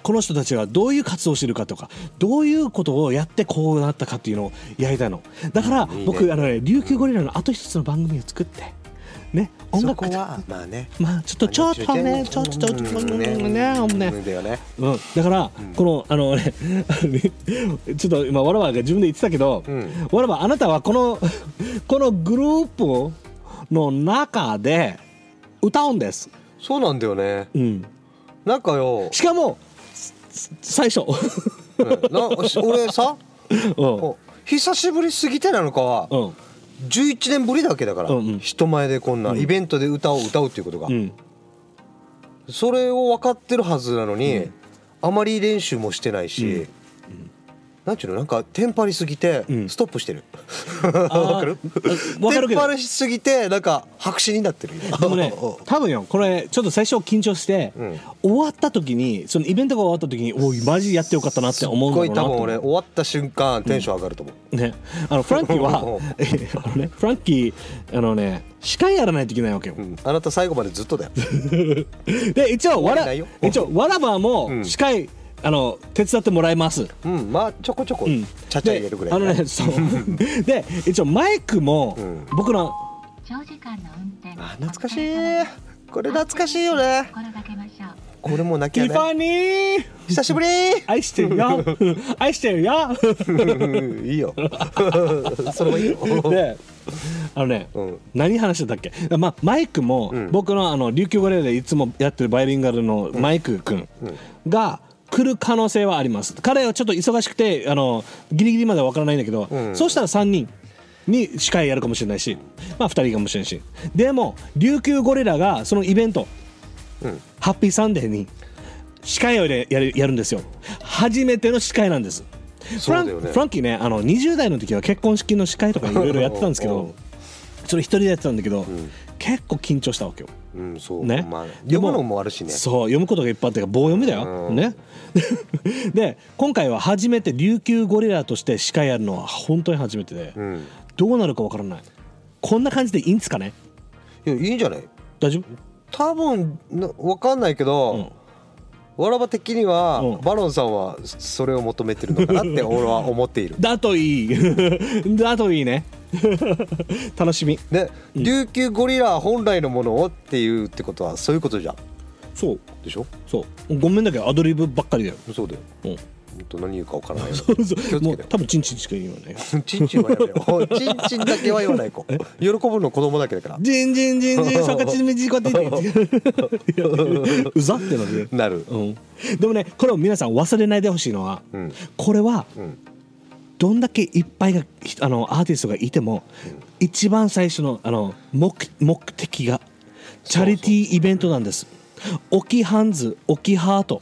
[SPEAKER 1] この人たちがどういう活動をしてるかとかどういうことをやってこうなったかっていうのをやりたいのだから
[SPEAKER 2] うんいいね
[SPEAKER 1] 僕、あのね琉球ゴリラのあと一つの番組を作ってね音
[SPEAKER 2] そ
[SPEAKER 1] 楽
[SPEAKER 2] こはまあね
[SPEAKER 1] まあちょっとちょっとねちょっとちょっと
[SPEAKER 2] うん
[SPEAKER 1] ね
[SPEAKER 2] うん
[SPEAKER 1] ね
[SPEAKER 2] うん
[SPEAKER 1] ね
[SPEAKER 2] だよね
[SPEAKER 1] うん、だから、この (laughs) あのねちょっと今わらわが自分で言ってたけど、
[SPEAKER 2] うん
[SPEAKER 1] わらわあなたはこの (laughs) このグループの中で歌うんです、
[SPEAKER 2] そうなんだよね
[SPEAKER 1] うん、
[SPEAKER 2] なんかよ
[SPEAKER 1] しかもすす最初、 (laughs)
[SPEAKER 2] うんな俺さ
[SPEAKER 1] うん
[SPEAKER 2] こう久しぶりすぎてなのかは
[SPEAKER 1] うん
[SPEAKER 2] 11年ぶりだけだから、
[SPEAKER 1] うんうん
[SPEAKER 2] 人前でこんなイベントで歌を歌うっていうことが、
[SPEAKER 1] うん、
[SPEAKER 2] それを分かってるはずなのに、あまり練習もしてないし、なんていうのなんかテンパりすぎて
[SPEAKER 1] ん
[SPEAKER 2] ストップしてる、わかる
[SPEAKER 1] あわかるけど
[SPEAKER 2] テンパりすぎてなんか白紙になってる今
[SPEAKER 1] でも
[SPEAKER 2] (laughs)
[SPEAKER 1] ね多分よこれちょっと最初緊張して、
[SPEAKER 2] うん
[SPEAKER 1] 終わった時にそのイベントが終わった時においマジやってよかったなって思うんだろ
[SPEAKER 2] すご
[SPEAKER 1] う
[SPEAKER 2] い
[SPEAKER 1] な
[SPEAKER 2] 多
[SPEAKER 1] と
[SPEAKER 2] 分
[SPEAKER 1] 思う
[SPEAKER 2] 俺終わった瞬間テンション上がると思う、
[SPEAKER 1] ね、あのフランキーは
[SPEAKER 2] (laughs) おう
[SPEAKER 1] えあの、ね、フランキーあのね司会やらないといけないわけよ、
[SPEAKER 2] うんあなた最後までずっとだよ
[SPEAKER 1] で一応わ
[SPEAKER 2] 終わりな
[SPEAKER 1] ら
[SPEAKER 2] いよ
[SPEAKER 1] 一応わらばも
[SPEAKER 2] ん
[SPEAKER 1] 司会、あの手伝ってもらいます、
[SPEAKER 2] うんまあちょこちょこ
[SPEAKER 1] うん、
[SPEAKER 2] ちゃちゃ入れるぐらい
[SPEAKER 1] で
[SPEAKER 2] ね、
[SPEAKER 1] あのねそう (laughs) で一応マイクも
[SPEAKER 2] うん
[SPEAKER 1] 僕ら、
[SPEAKER 3] 長時間の運転
[SPEAKER 2] あ懐かしい
[SPEAKER 3] お疲れ様です
[SPEAKER 2] これ懐かしいよね
[SPEAKER 3] 心がけましょう
[SPEAKER 2] これも泣き
[SPEAKER 1] テ
[SPEAKER 2] や
[SPEAKER 1] ィファ
[SPEAKER 2] ね
[SPEAKER 1] ニー
[SPEAKER 2] (laughs) 久しぶり
[SPEAKER 1] 愛してるよ愛して
[SPEAKER 2] (laughs)
[SPEAKER 1] るよ
[SPEAKER 2] うんいいよ (laughs) それもいいよ
[SPEAKER 1] であのね、
[SPEAKER 2] うん
[SPEAKER 1] 何話してたっけまあマイクも、
[SPEAKER 2] うん
[SPEAKER 1] 僕のあの琉球ゴリラでいつもやってるバイリンガルのマイク君が来る可能性はあります彼はちょっと忙しくてあのギリギリまでわからないんだけど、
[SPEAKER 2] うん
[SPEAKER 1] そうしたら3人に司会やるかもしれないしまあ2人かもしれないしでも琉球ゴリラがそのイベント、
[SPEAKER 2] うん
[SPEAKER 1] ハッピーサンデーに司会をやるやるんですよ初めての司会なんですフラン
[SPEAKER 2] そうだよね
[SPEAKER 1] フランキーねあの20代の時は結婚式の司会とかいろいろやってたんですけ
[SPEAKER 2] おうお
[SPEAKER 1] ど
[SPEAKER 2] う
[SPEAKER 1] それ一人でやってたんだけど、
[SPEAKER 2] ん
[SPEAKER 1] 結構緊張したわけよ
[SPEAKER 2] うんそう
[SPEAKER 1] ね、
[SPEAKER 2] まあ
[SPEAKER 1] で
[SPEAKER 2] 読むのもあるしね
[SPEAKER 1] そう読むことがいっぱいあって棒読みだよ、
[SPEAKER 2] うん
[SPEAKER 1] ね (laughs) で今回は初めて琉球ゴリラとして司会やるのは本当に初めてで、
[SPEAKER 2] うん
[SPEAKER 1] どうなるかわからないこんな感じでいいんですかね
[SPEAKER 2] いやいいんじゃない
[SPEAKER 1] 大丈
[SPEAKER 2] 多分なわかんないけど、
[SPEAKER 1] 夫、
[SPEAKER 2] わらば的には、
[SPEAKER 1] うん
[SPEAKER 2] バロンさんはそれを求めてるのかな (laughs) って俺は思っている
[SPEAKER 1] だといい (laughs) だといいね楽しみ
[SPEAKER 2] で、琉球ゴリラ本来のものをっていうってことはそういうことじゃん
[SPEAKER 1] そう
[SPEAKER 2] でしょ
[SPEAKER 1] そうごめんだけどアドリブばっかりだよ、
[SPEAKER 2] そうだよ
[SPEAKER 1] うん、
[SPEAKER 2] ほんと何言うかわから (laughs) ないよ
[SPEAKER 1] そうそ
[SPEAKER 2] 気を
[SPEAKER 1] う
[SPEAKER 2] つけ
[SPEAKER 1] も
[SPEAKER 2] て
[SPEAKER 1] う多分チンチンしか言わないよ
[SPEAKER 2] チンチンはやめよ (laughs) うチンチンだけは言わない子喜ぶの子供だけだから
[SPEAKER 1] ジンジンジンジン逆縮みじこって言ってうざってなるよ
[SPEAKER 2] なる
[SPEAKER 1] うん、でもねこれを皆さん忘れないでほしいのは、
[SPEAKER 2] うん
[SPEAKER 1] これは
[SPEAKER 2] うん
[SPEAKER 1] どんだけいっぱいがひあのアーティストがいても、一番最初のあの目目的がチャリティーイベントなんです。オキハンズオキハート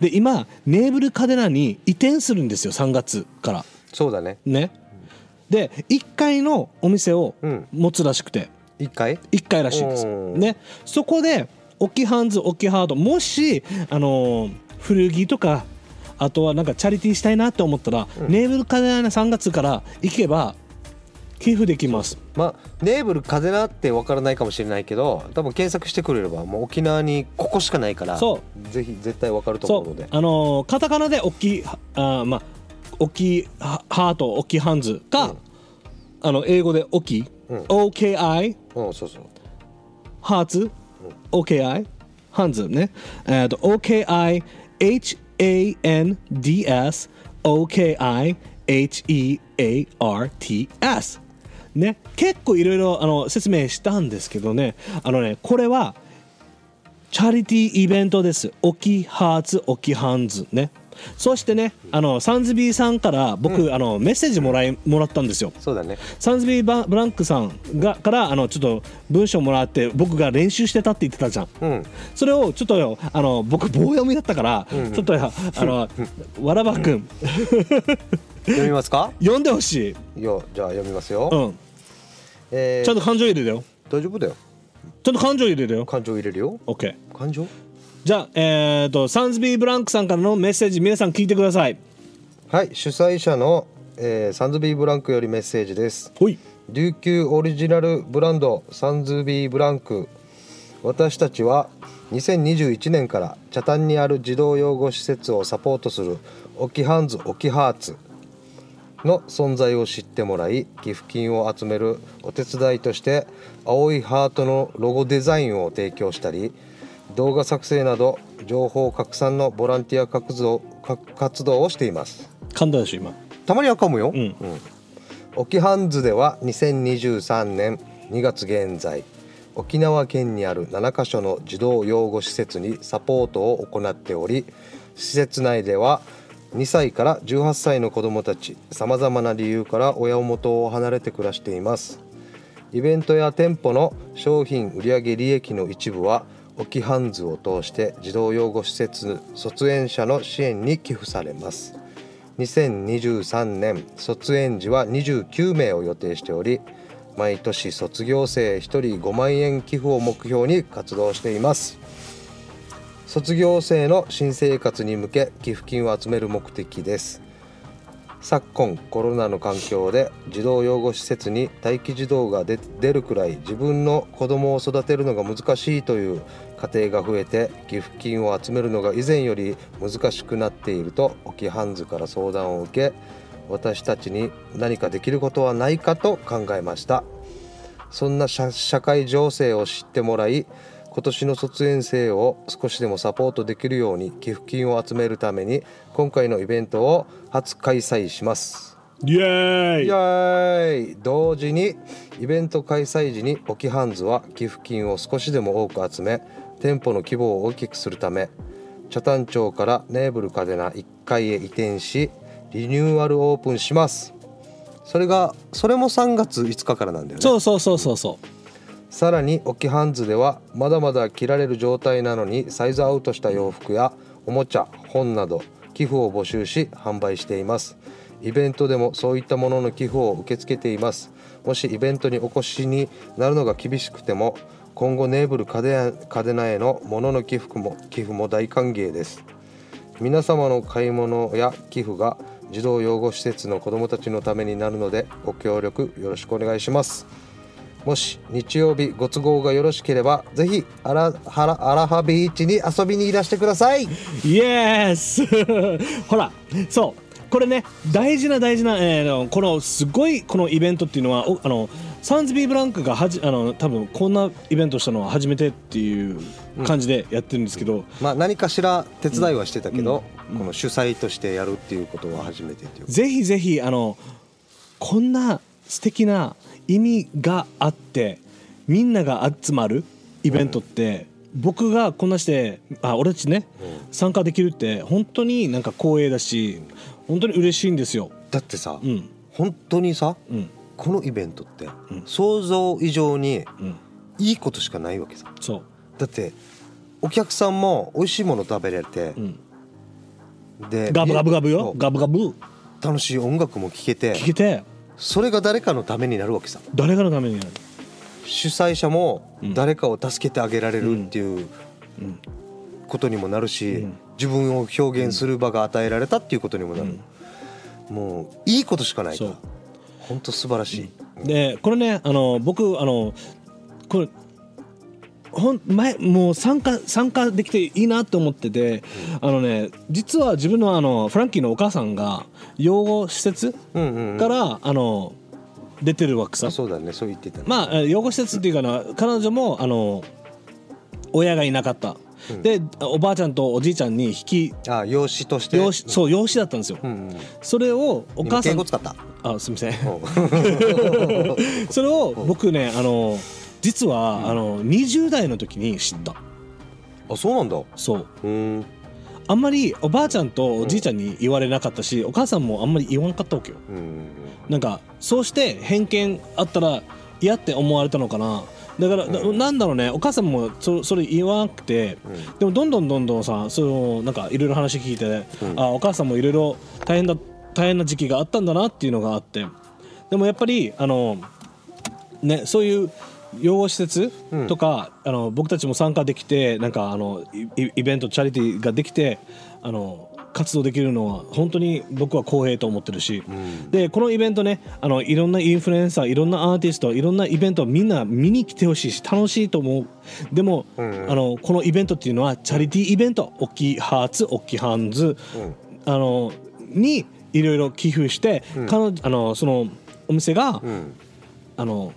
[SPEAKER 1] で今ネーブルカデナに移転するんですよ3月から
[SPEAKER 2] そうだね
[SPEAKER 1] ね。で1階のお店を
[SPEAKER 2] うん
[SPEAKER 1] 持つらしくて。
[SPEAKER 2] 一回
[SPEAKER 1] 1回らしいです、
[SPEAKER 2] おー
[SPEAKER 1] ね、そこでオキハンズオキハートもし、あのー古着とかあとはなんかチャリティーしたいなって思ったら、ネーブルカデナーナ3月から行けば寄付できます
[SPEAKER 2] まあネーブル風なってわからないかもしれないけど多分検索してくれればもう沖縄にここしかないから
[SPEAKER 1] そ
[SPEAKER 2] ぜひ絶対わかると
[SPEAKER 1] そ
[SPEAKER 2] 思う
[SPEAKER 1] う
[SPEAKER 2] ので、
[SPEAKER 1] あのーカタカナでオキあーまあオキハハートオキハンズか、
[SPEAKER 2] うん
[SPEAKER 1] あの英語でオキ、
[SPEAKER 2] うん
[SPEAKER 1] OKI
[SPEAKER 2] うんそうそう
[SPEAKER 1] ハーツ、OKI、ハンズね。えっと、OKI、HANDS、OKI、HEARTS。ね、結構いろいろあの説明したんですけどね、あのね、これはチャリティーイベントです。オキハーツ、オキハンズね。そしてね、あのサンズビーさんから僕、あのメッセージもらいもらったんですよ。
[SPEAKER 2] そうだね
[SPEAKER 1] サンズビーバ・ブランクさんがからあのちょっと文章もらって僕が練習してたって言ってたじゃん。
[SPEAKER 2] うん
[SPEAKER 1] それをちょっとよあの僕棒読みだったから、ちょっとよあのわらばくん
[SPEAKER 2] 読みますか (laughs)
[SPEAKER 1] 読んでほしい、
[SPEAKER 2] いやじゃあ読みますよ、
[SPEAKER 1] うん、
[SPEAKER 2] えー
[SPEAKER 1] ちゃんと感情入れるよ
[SPEAKER 2] 大丈夫だよ
[SPEAKER 1] ちゃんと感情入れるよ
[SPEAKER 2] 感情入れるよ
[SPEAKER 1] OK
[SPEAKER 2] 感情
[SPEAKER 1] じゃあえっ、とサンズビー・ブランクさんからのメッセージ皆さん聞いてください
[SPEAKER 2] はい主催者の、えーサンズビーブランクよりメッセージです
[SPEAKER 1] ほい
[SPEAKER 2] 琉球オリジナルブランドサンズビーブランク私たちは2021年から茶谷にある児童養護施設をサポートするオキハンズオキハーツの存在を知ってもらい寄付金を集めるお手伝いとして青いハートのロゴデザインを提供したり動画作成など情報拡散のボランティア活動活動をしています。
[SPEAKER 1] 簡単でしょ今
[SPEAKER 2] たまにはかむよ、
[SPEAKER 1] うん
[SPEAKER 2] 沖ハンズでは2023年2月現在沖縄県にある7カ所の児童養護施設にサポートを行っており施設内では2歳から18歳の子どもたちさまざまな理由から親元を離れて暮らしていますイベントや店舗の商品売上利益の一部は沖ハンズを通して児童養護施設卒園者の支援に寄付されます2023年卒園時は29名を予定しており毎年卒業生1人5万円寄付を目標に活動しています卒業生の新生活に向け寄付金を集める目的です昨今コロナの環境で児童養護施設に待機児童が出出るくらい自分の子供を育てるのが難しいという家庭が増えて寄付金を集めるのが以前より難しくなっていると沖ハンズから相談を受け私たちに何かできることはないかと考えましたそんな社社会情勢を知ってもらい今年の卒園生を少しでもサポートできるように寄付金を集めるために今回のイベントを初開催します。
[SPEAKER 1] イエーイ
[SPEAKER 2] イエーイ同時にイベント開催時に沖ハンズは寄付金を少しでも多く集め店舗の規模を大きくするため北谷町からネーブルカデナ1階へ移転しリニューアルオープンしますそれがそれも3月5日からなんだよね
[SPEAKER 1] そうそうそうそうそ
[SPEAKER 2] さらにオキハンズではまだまだ着られる状態なのにサイズアウトした洋服やおもちゃ本など寄付を募集し販売していますイベントでもそういったものの寄付を受け付けていますもしイベントにお越しになるのが厳しくても今後ネーブルカデナカデナへのものの寄付も寄付も大歓迎です皆様の買い物や寄付が児童養護施設の子どもたちのためになるのでご協力よろしくお願いしますもし日曜日ご都合がよろしければぜひアラハラアラハビーチに遊びにいらしてください。
[SPEAKER 1] うイエス (laughs) ほらそうこれね大事な大事な、えーのこのすごいこのイベントっていうのはおあのサンズビーブランクがはじあの多分こんなイベントしたのは初めてっていう感じでやってるんですけど、
[SPEAKER 2] まあ、何かしら手伝いはしてたけど、この主催としてやるっていうことは初めてっていう、
[SPEAKER 1] ぜひぜひあのこんな素敵な意味があってみんなが集まるイベントって、僕がこんなしてあ俺たちね、参加できるって本当になんか光栄だし本当に嬉しいんですよ。
[SPEAKER 2] だってさ、
[SPEAKER 1] うん
[SPEAKER 2] 本当にさ、
[SPEAKER 1] うん
[SPEAKER 2] このイベントって
[SPEAKER 1] うん
[SPEAKER 2] 想像以上に
[SPEAKER 1] うん、
[SPEAKER 2] いいことしかないわけさ
[SPEAKER 1] そ
[SPEAKER 2] だってお客さんも美味しいもの食べれて
[SPEAKER 1] う、う、ん、
[SPEAKER 2] で
[SPEAKER 1] ガブガブガブよ
[SPEAKER 2] そう
[SPEAKER 1] ガブガブ
[SPEAKER 2] 楽しい音楽も聴けて
[SPEAKER 1] 聞けて
[SPEAKER 2] それが誰かのためになるわけさ
[SPEAKER 1] 誰かのためになる
[SPEAKER 2] 主催者も
[SPEAKER 1] うん
[SPEAKER 2] 誰かを助けてあげられるっていう
[SPEAKER 1] うん
[SPEAKER 2] ことにもなるし、
[SPEAKER 1] うん
[SPEAKER 2] 自分を表現する場が与えられたっていうことにもなる、もういいことしかないか
[SPEAKER 1] そ
[SPEAKER 2] ら
[SPEAKER 1] う
[SPEAKER 2] 本当素晴らしい、
[SPEAKER 1] でこれねあの僕あのこれほん前もう参加参加できていいなと思ってて、あのね実は自分のあのフランキーのお母さんが養護施設
[SPEAKER 2] うんうんうん
[SPEAKER 1] から、あの出てるわけさ
[SPEAKER 2] あそうだねそう言ってたね、
[SPEAKER 1] まあえー養護施設っていうかな彼女もあの親がいなかった、でおばあちゃんとおじいちゃんに引き
[SPEAKER 2] ああ養子として
[SPEAKER 1] 養子そう養子だったんですよ、
[SPEAKER 2] うんうん、
[SPEAKER 1] それをお
[SPEAKER 2] お
[SPEAKER 1] 母さ
[SPEAKER 2] 敬
[SPEAKER 1] ん
[SPEAKER 2] 語
[SPEAKER 1] (laughs)
[SPEAKER 2] 使った
[SPEAKER 1] あすみません (laughs)
[SPEAKER 2] うん
[SPEAKER 1] それを僕ねあの実は、あの20代の時に知った
[SPEAKER 2] あそうなんだう
[SPEAKER 1] そう
[SPEAKER 2] ーん
[SPEAKER 1] あんまりおばあちゃんとおじいちゃんに言われなかったし、お母さんもあんまり言わなかったわけよ
[SPEAKER 2] うん
[SPEAKER 1] なんかそうして偏見あったら嫌って思われたのかなだから、ななんだろうねお母さんもそそれ言わなくて、
[SPEAKER 2] ん
[SPEAKER 1] でもどんどんどんどんさそのなんかいろいろ話聞いて、
[SPEAKER 2] うん
[SPEAKER 1] あお母さんもいろいろ大変だ大変な時期があったんだなっていうのがあってでもやっぱりあのねそういう養護施設
[SPEAKER 2] うん
[SPEAKER 1] とか、あの僕たちも参加できてなんかあのイイベントチャリティーができてあの活動できるのは本当に僕は公平と思ってるし、
[SPEAKER 2] ん
[SPEAKER 1] でこのイベントねあのいろんなインフルエンサーいろんなアーティストいろんなイベントみんな見に来てほしいし楽しいと思うでも、
[SPEAKER 2] うん
[SPEAKER 1] あのこのイベントっていうのはチャリティーイベント大きいハーツ大きいハンズ、
[SPEAKER 2] うん
[SPEAKER 1] あのにいろいろ寄付して、
[SPEAKER 2] ん
[SPEAKER 1] 彼女あのそのお店が、
[SPEAKER 2] うん
[SPEAKER 1] あの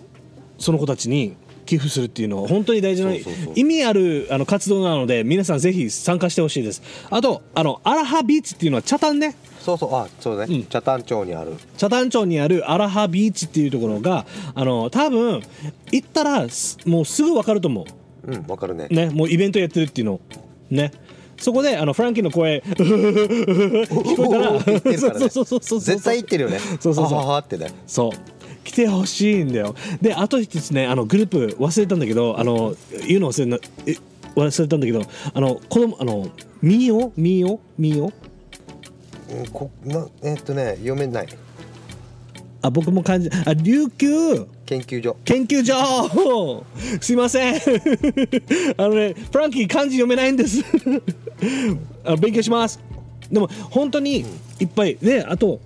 [SPEAKER 1] その子たちに寄付するっていうのは本当に大事な
[SPEAKER 2] そうそうそう
[SPEAKER 1] 意味あるあの活動なので皆さんぜひ参加してほしいですあとあのアラハビーチっていうのは北谷ね
[SPEAKER 2] そうそうあそうだね、
[SPEAKER 1] うん
[SPEAKER 2] 北谷町にある
[SPEAKER 1] 北谷町にあるアラハビーチっていうところがあの多分行ったらすもうすぐ分かると思う
[SPEAKER 2] うんわかるね
[SPEAKER 1] ね、もうイベントやってるっていうのねそこであのフランキーの声聞こえたら
[SPEAKER 2] おおお言ってるからね
[SPEAKER 1] そうそうそうそうそう
[SPEAKER 2] 絶対言ってるよね
[SPEAKER 1] そうそうそう
[SPEAKER 2] あははってね
[SPEAKER 1] そう来てほしいんだよであと一つねあのグループ忘れたんだけどあの言うの忘れなえ忘れたんだけどあの子供あのミーオミーオミーオ
[SPEAKER 2] うんこなえっとね読めない
[SPEAKER 1] あ僕も感じあ琉球
[SPEAKER 2] 研究所
[SPEAKER 1] 研究所すいませんあのねフランキー漢字読めないんですあ勉強しますでも本当にいっぱいねあと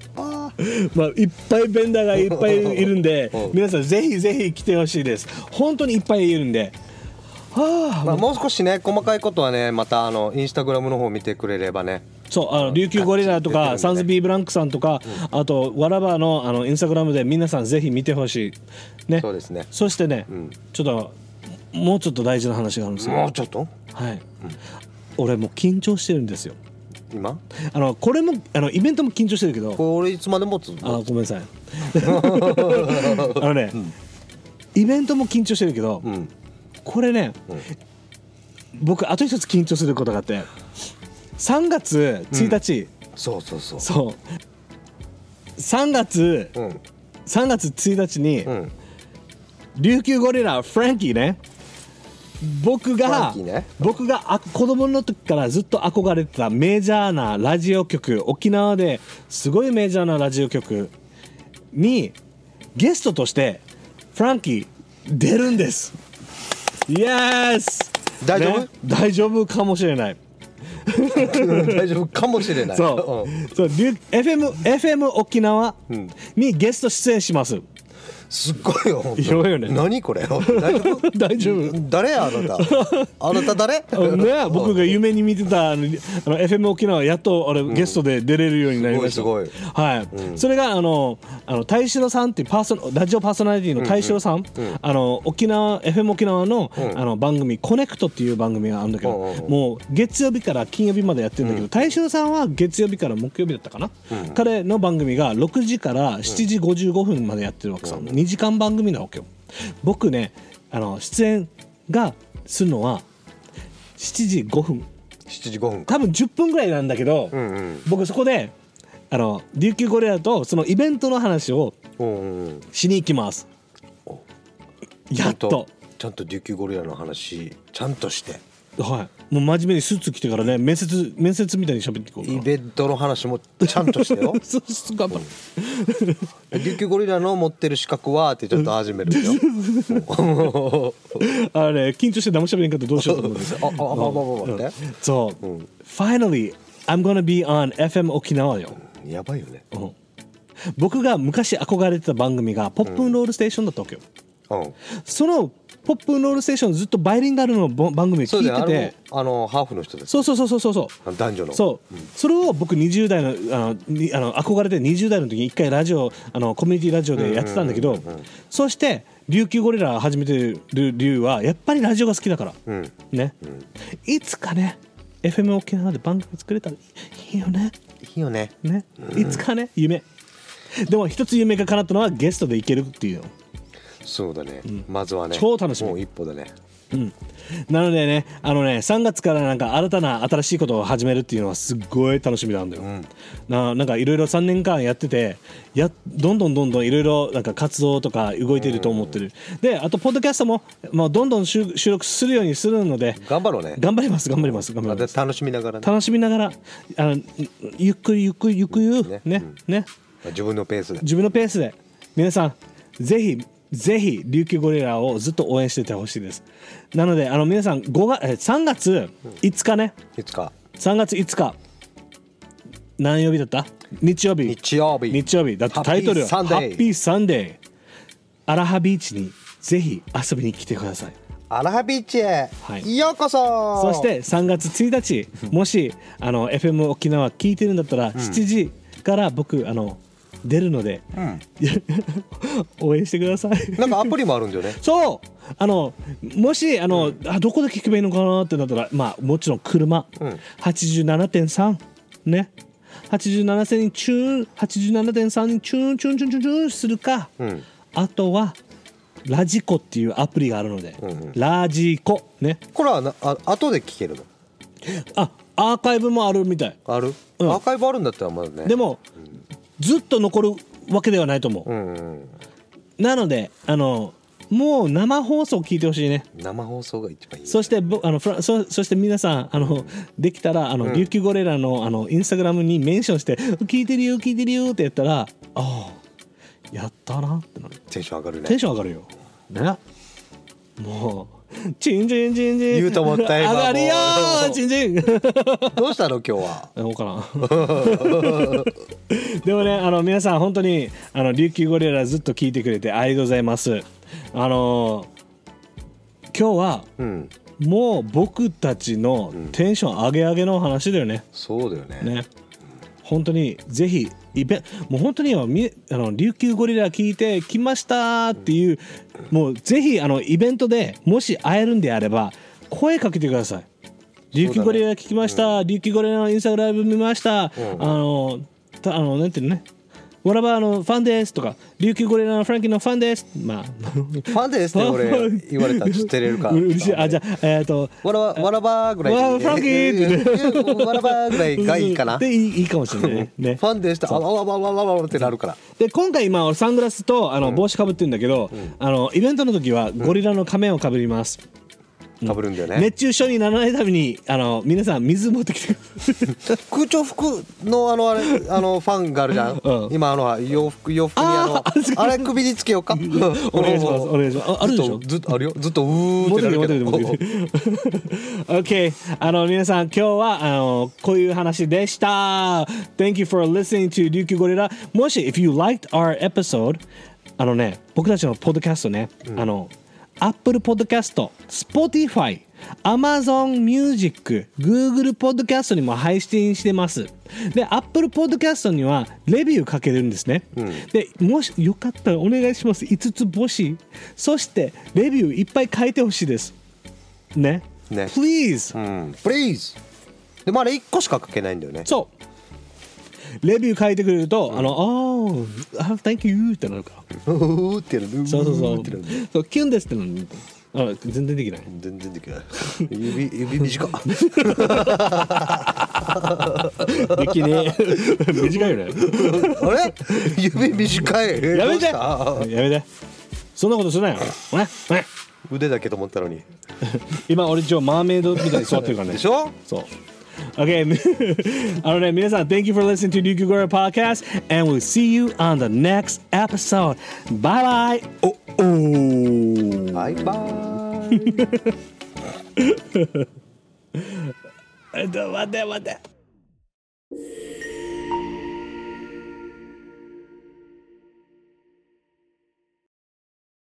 [SPEAKER 1] まあ、いっぱいベンダーがいっぱいいるんで
[SPEAKER 2] うん
[SPEAKER 1] 皆さんぜひぜひ来てほしいです本当にいっぱいいるんではあ
[SPEAKER 2] まあもう少しね細かいことはねまたあのインスタグラムの方見てくれればね
[SPEAKER 1] そうあの琉球ゴリラと
[SPEAKER 2] ガ
[SPEAKER 1] か
[SPEAKER 2] ッチリ出てるんでね
[SPEAKER 1] サンズビーブランクさんとか、あとわらばのあのインスタグラムで皆さんぜひ見てほしいね
[SPEAKER 2] そうですね
[SPEAKER 1] そしてね、
[SPEAKER 2] ん
[SPEAKER 1] ちょっともうちょっと大事な話があるんですよ
[SPEAKER 2] もうちょっと
[SPEAKER 1] はい、俺もう緊張してるんですよ
[SPEAKER 2] 今
[SPEAKER 1] あのこれもあのイベントも緊張してるけど
[SPEAKER 2] これいつまでもつ
[SPEAKER 1] あごめんなさいあのね、イベントも緊張してるけど、
[SPEAKER 2] うん
[SPEAKER 1] これね、僕あと一つ緊張することがあって3月1日、
[SPEAKER 2] そうそうそう
[SPEAKER 1] そう3月、
[SPEAKER 2] うん
[SPEAKER 1] 3月1日に、
[SPEAKER 2] うん
[SPEAKER 1] 琉球ゴリラフランキーね僕
[SPEAKER 2] フラ
[SPEAKER 1] が
[SPEAKER 2] ンキーね
[SPEAKER 1] 僕があ子供の時からずっと憧れてたメジャーなラジオ局沖縄ですごいメジャーなラジオ局にゲストとしてフランキー出るんですイエス
[SPEAKER 2] 大丈夫
[SPEAKER 1] 大丈夫かもしれない
[SPEAKER 2] 大丈夫かもしれない
[SPEAKER 1] そうそう琉 FM, FM 沖縄にゲスト出演します
[SPEAKER 2] すっごいよ本当
[SPEAKER 1] いろいろね
[SPEAKER 2] 何これ大丈夫
[SPEAKER 1] 大丈夫
[SPEAKER 2] 誰やあなたあなた誰
[SPEAKER 1] ね、僕が夢に見てたあのあの FM 沖縄やっと俺ゲストで出れるようになりました、
[SPEAKER 2] すごいす
[SPEAKER 1] はい、それがあのあの大城さんっていうパーソナラジオパーソナリティの大城さん、あの沖縄 FM 沖縄の,、あの番組「コネクト」っていう番組があるんだけど、
[SPEAKER 2] うんうんうん
[SPEAKER 1] もう月曜日から金曜日までやってるんだけど、大城さんは月曜日から木曜日だったかな、彼の番組が6時から7時55分までやってるわけさ、2時間番組なわけよ僕ねあの出演がするのは7時5分
[SPEAKER 2] 7時5分か
[SPEAKER 1] 多分10分ぐらいなんだけど、
[SPEAKER 2] うんうん
[SPEAKER 1] 僕そこであの琉球ゴリラとそのイベントの話を
[SPEAKER 2] うんうんうん
[SPEAKER 1] しに行きますやっと
[SPEAKER 2] ちゃんと琉球ゴリラの話ちゃんとして
[SPEAKER 1] はいもう真面目にスーツ着てからね面接面接みたいに喋っていこうか
[SPEAKER 2] イ
[SPEAKER 1] な
[SPEAKER 2] ベントの話もちゃんとしてよ
[SPEAKER 1] そうそう頑張る
[SPEAKER 2] 琉球ゴリラの持ってる資格はってちょっと始めるんだよもう
[SPEAKER 1] あれね緊張して何も喋れんかったらどうしようと思って
[SPEAKER 2] ああああああああああって
[SPEAKER 1] そう、Finally I'm gonna be on FM 沖縄よ
[SPEAKER 2] やばいよね
[SPEAKER 1] うん僕が昔憧れてた番組がポップンロールステーションだったわけよ、
[SPEAKER 2] うん
[SPEAKER 1] そのポップンロールステーションずっとバイリンガルのぼ番組
[SPEAKER 2] そ
[SPEAKER 1] 聞
[SPEAKER 2] うだ
[SPEAKER 1] いて
[SPEAKER 2] よ
[SPEAKER 1] て
[SPEAKER 2] あのあのハーフの人です
[SPEAKER 1] そうそうそうそうそうそう
[SPEAKER 2] あの男女の
[SPEAKER 1] そう、それを僕20代のあのにあの憧れて20代の時に一回ラジオあのコミュニティラジオでやってたんだけど、そして琉球ゴリラ始めてる理由はやっぱりラジオが好きだから、
[SPEAKER 2] うん
[SPEAKER 1] ね、いつかね FM 沖縄で番組作れたらいいいいよね
[SPEAKER 2] いいよね
[SPEAKER 1] ね、いつかね夢でも一つ夢が叶ったのはゲストで行けるっていうの
[SPEAKER 2] そうだねまずはね
[SPEAKER 1] 超楽しみ
[SPEAKER 2] もう一歩だね
[SPEAKER 1] うん、 (laughs) なのでねあのね3月からなんか新たな新しいことを始めるっていうのはすっごい楽しみなんだよ、ななんかいろいろ3年間やっててやどんどんどんどんいろいろなんか活動とか動いてると思ってる、であとポッドキャストも、まあ、どんどん収収録するようにするので
[SPEAKER 2] 頑張ろうね
[SPEAKER 1] 頑張ります頑張ります頑張り
[SPEAKER 2] で
[SPEAKER 1] ます
[SPEAKER 2] 楽しみながらね
[SPEAKER 1] 楽しみながらあのゆっくりゆっくりゆっくりね
[SPEAKER 2] ね
[SPEAKER 1] ね
[SPEAKER 2] うんまあ自分のペースで
[SPEAKER 1] 自分のペースで皆さんぜひぜひ琉球ゴリラをずっと応援しててほしいですなのであの皆さん5月え3月5日ね
[SPEAKER 2] いつか
[SPEAKER 1] 3月5日何曜日だった日曜日
[SPEAKER 2] 日曜日
[SPEAKER 1] 日曜日だってタイトルは「ハ
[SPEAKER 2] ハッ
[SPEAKER 1] ッピ
[SPEAKER 2] ピ
[SPEAKER 1] ーサンデー」アラハビーチにぜひ遊びに来てください
[SPEAKER 2] アラハビーチへ
[SPEAKER 1] はい
[SPEAKER 2] ようこそ
[SPEAKER 1] そして3月1日もしあの FM 沖縄聞いてるんだったら、7時から僕あの出るので、 (laughs) 応援してください
[SPEAKER 2] なんかアプリもあるんだよね
[SPEAKER 1] そうあのもしあの、あどこで聞けばいいのかなってなったらまあもちろん車、87.3ね87にチューン87.3にチューンチューンチューンチューンチューンするか、
[SPEAKER 2] ん
[SPEAKER 1] あとはラジコっていうアプリがあるので、ラジコね
[SPEAKER 2] これはなあ後で聞けるの
[SPEAKER 1] あアーカイブもあるみたい
[SPEAKER 2] あるア
[SPEAKER 1] うん
[SPEAKER 2] ーカイブあるんだったらまだね
[SPEAKER 1] でも、ずっと残るわけではないと思う、
[SPEAKER 2] うんうん
[SPEAKER 1] なのであのもう生放送聞いてほしいね
[SPEAKER 2] 生放送が一番いい
[SPEAKER 1] そしてぼあのフラそそして皆さんあのできたらあの、琉球ゴレラのあのインスタグラムにメンションして「聞いてるよ聞いてるよ」ってやったら「ああやったな」ってなる
[SPEAKER 2] テンション上がる
[SPEAKER 1] テ
[SPEAKER 2] ね
[SPEAKER 1] ンション上がるよ。ね。もう「チンチンチンチン」
[SPEAKER 2] 言うと思った
[SPEAKER 1] 上
[SPEAKER 2] 今
[SPEAKER 1] がるよ
[SPEAKER 2] もう
[SPEAKER 1] チンチ
[SPEAKER 2] (laughs)
[SPEAKER 1] ン
[SPEAKER 2] どうしたの今日は
[SPEAKER 1] どうかな (laughs) でもねあの皆さん本当にあの琉球ゴリラずっと聞いてくれてありがとうございますあの今日は
[SPEAKER 2] うん
[SPEAKER 1] もう僕たちのテンション上げ上げの話だよね。
[SPEAKER 2] そうだよね
[SPEAKER 1] ね本当にぜひイベもう本当にはみあの琉球ゴリラ聞いて来ましたっていう、もうぜひあのイベントでもし会えるんであれば声かけてください。琉球ゴリラ聞きました、琉球ゴリラのインスタグラム見ました、あのたあのなんていうのね「わらばのファンです」とか「琉球ゴリラのフランキーのファンです」
[SPEAKER 2] (laughs)
[SPEAKER 1] まあ
[SPEAKER 2] ファンですって俺言われたらちょっと照れるか
[SPEAKER 1] (laughs)
[SPEAKER 2] ら
[SPEAKER 1] う嬉しいあじゃあえっ、と
[SPEAKER 2] わらばわらばぐらいで
[SPEAKER 1] わらばフランキー
[SPEAKER 2] うんわらばぐらいがいいかなフ
[SPEAKER 1] でいいいいかもしれないねね
[SPEAKER 2] ァンでしたあわわわわわわってなるから
[SPEAKER 1] で今回今俺サングラスとあの帽子かぶってるんだけど、あのイベントの時はゴリラの仮面をかぶります、
[SPEAKER 2] かぶるんだよね
[SPEAKER 1] 熱中症にならないためにあの皆さん水持ってきてください
[SPEAKER 2] 空調服のあのあれあのファンがあるじゃん、
[SPEAKER 1] うん
[SPEAKER 2] 今あの洋服洋服にあの
[SPEAKER 1] あ
[SPEAKER 2] あ
[SPEAKER 1] ー
[SPEAKER 2] れ首につけようか
[SPEAKER 1] お願いしますお願いしますああるでしょ
[SPEAKER 2] ずっとずっとあるよずっとうー
[SPEAKER 1] 持
[SPEAKER 2] っ
[SPEAKER 1] って
[SPEAKER 2] て
[SPEAKER 1] き
[SPEAKER 2] な
[SPEAKER 1] て持
[SPEAKER 2] る
[SPEAKER 1] って
[SPEAKER 2] け
[SPEAKER 1] きて持
[SPEAKER 2] ど
[SPEAKER 1] ってきて (laughs) OK あの皆さん今日はあのこういう話でした Thank you for listening to 琉球ゴリラもし if you liked our episode あのね僕たちのポッドキャストね、あの Apple Podcast、Spotify、Amazon Music、Google Podcast にも配信してます。で、Apple Podcast にはレビューかけるんですね。で、もしよかったらお願いします。5つ星。そして、レビューいっぱい書いてほしいです。ね。
[SPEAKER 2] ね
[SPEAKER 1] Please!
[SPEAKER 2] うん、please でもあれ1個しか書けないんだよね
[SPEAKER 1] そう。レビュー書いてくれると、あの、oh, ah, thank you ってなるから。
[SPEAKER 2] うーってやる
[SPEAKER 1] そうそうそう
[SPEAKER 2] ーってやる。
[SPEAKER 1] そう、キュンですってなる。あ全然で
[SPEAKER 2] (laughs)
[SPEAKER 1] きない。
[SPEAKER 2] 全然できない指指短 (laughs) っ
[SPEAKER 1] できねえ。 (laughs) 短いよね。
[SPEAKER 2] あれ指短いえ
[SPEAKER 1] やめて
[SPEAKER 2] ど
[SPEAKER 1] や
[SPEAKER 2] うし
[SPEAKER 1] めてそんなことするなよ。ほらほら
[SPEAKER 2] た腕だけと思ったのに
[SPEAKER 1] 今俺一応マーメイドみたいに座ってるからね。
[SPEAKER 2] でしょ
[SPEAKER 1] そう。Okay, (laughs) あのね、皆さん、Thank you for listening to Ryukyu Gora Podcast, and we'll see you on the next episode. Bye bye! おお
[SPEAKER 2] バイバーイ
[SPEAKER 1] えっと待って待って。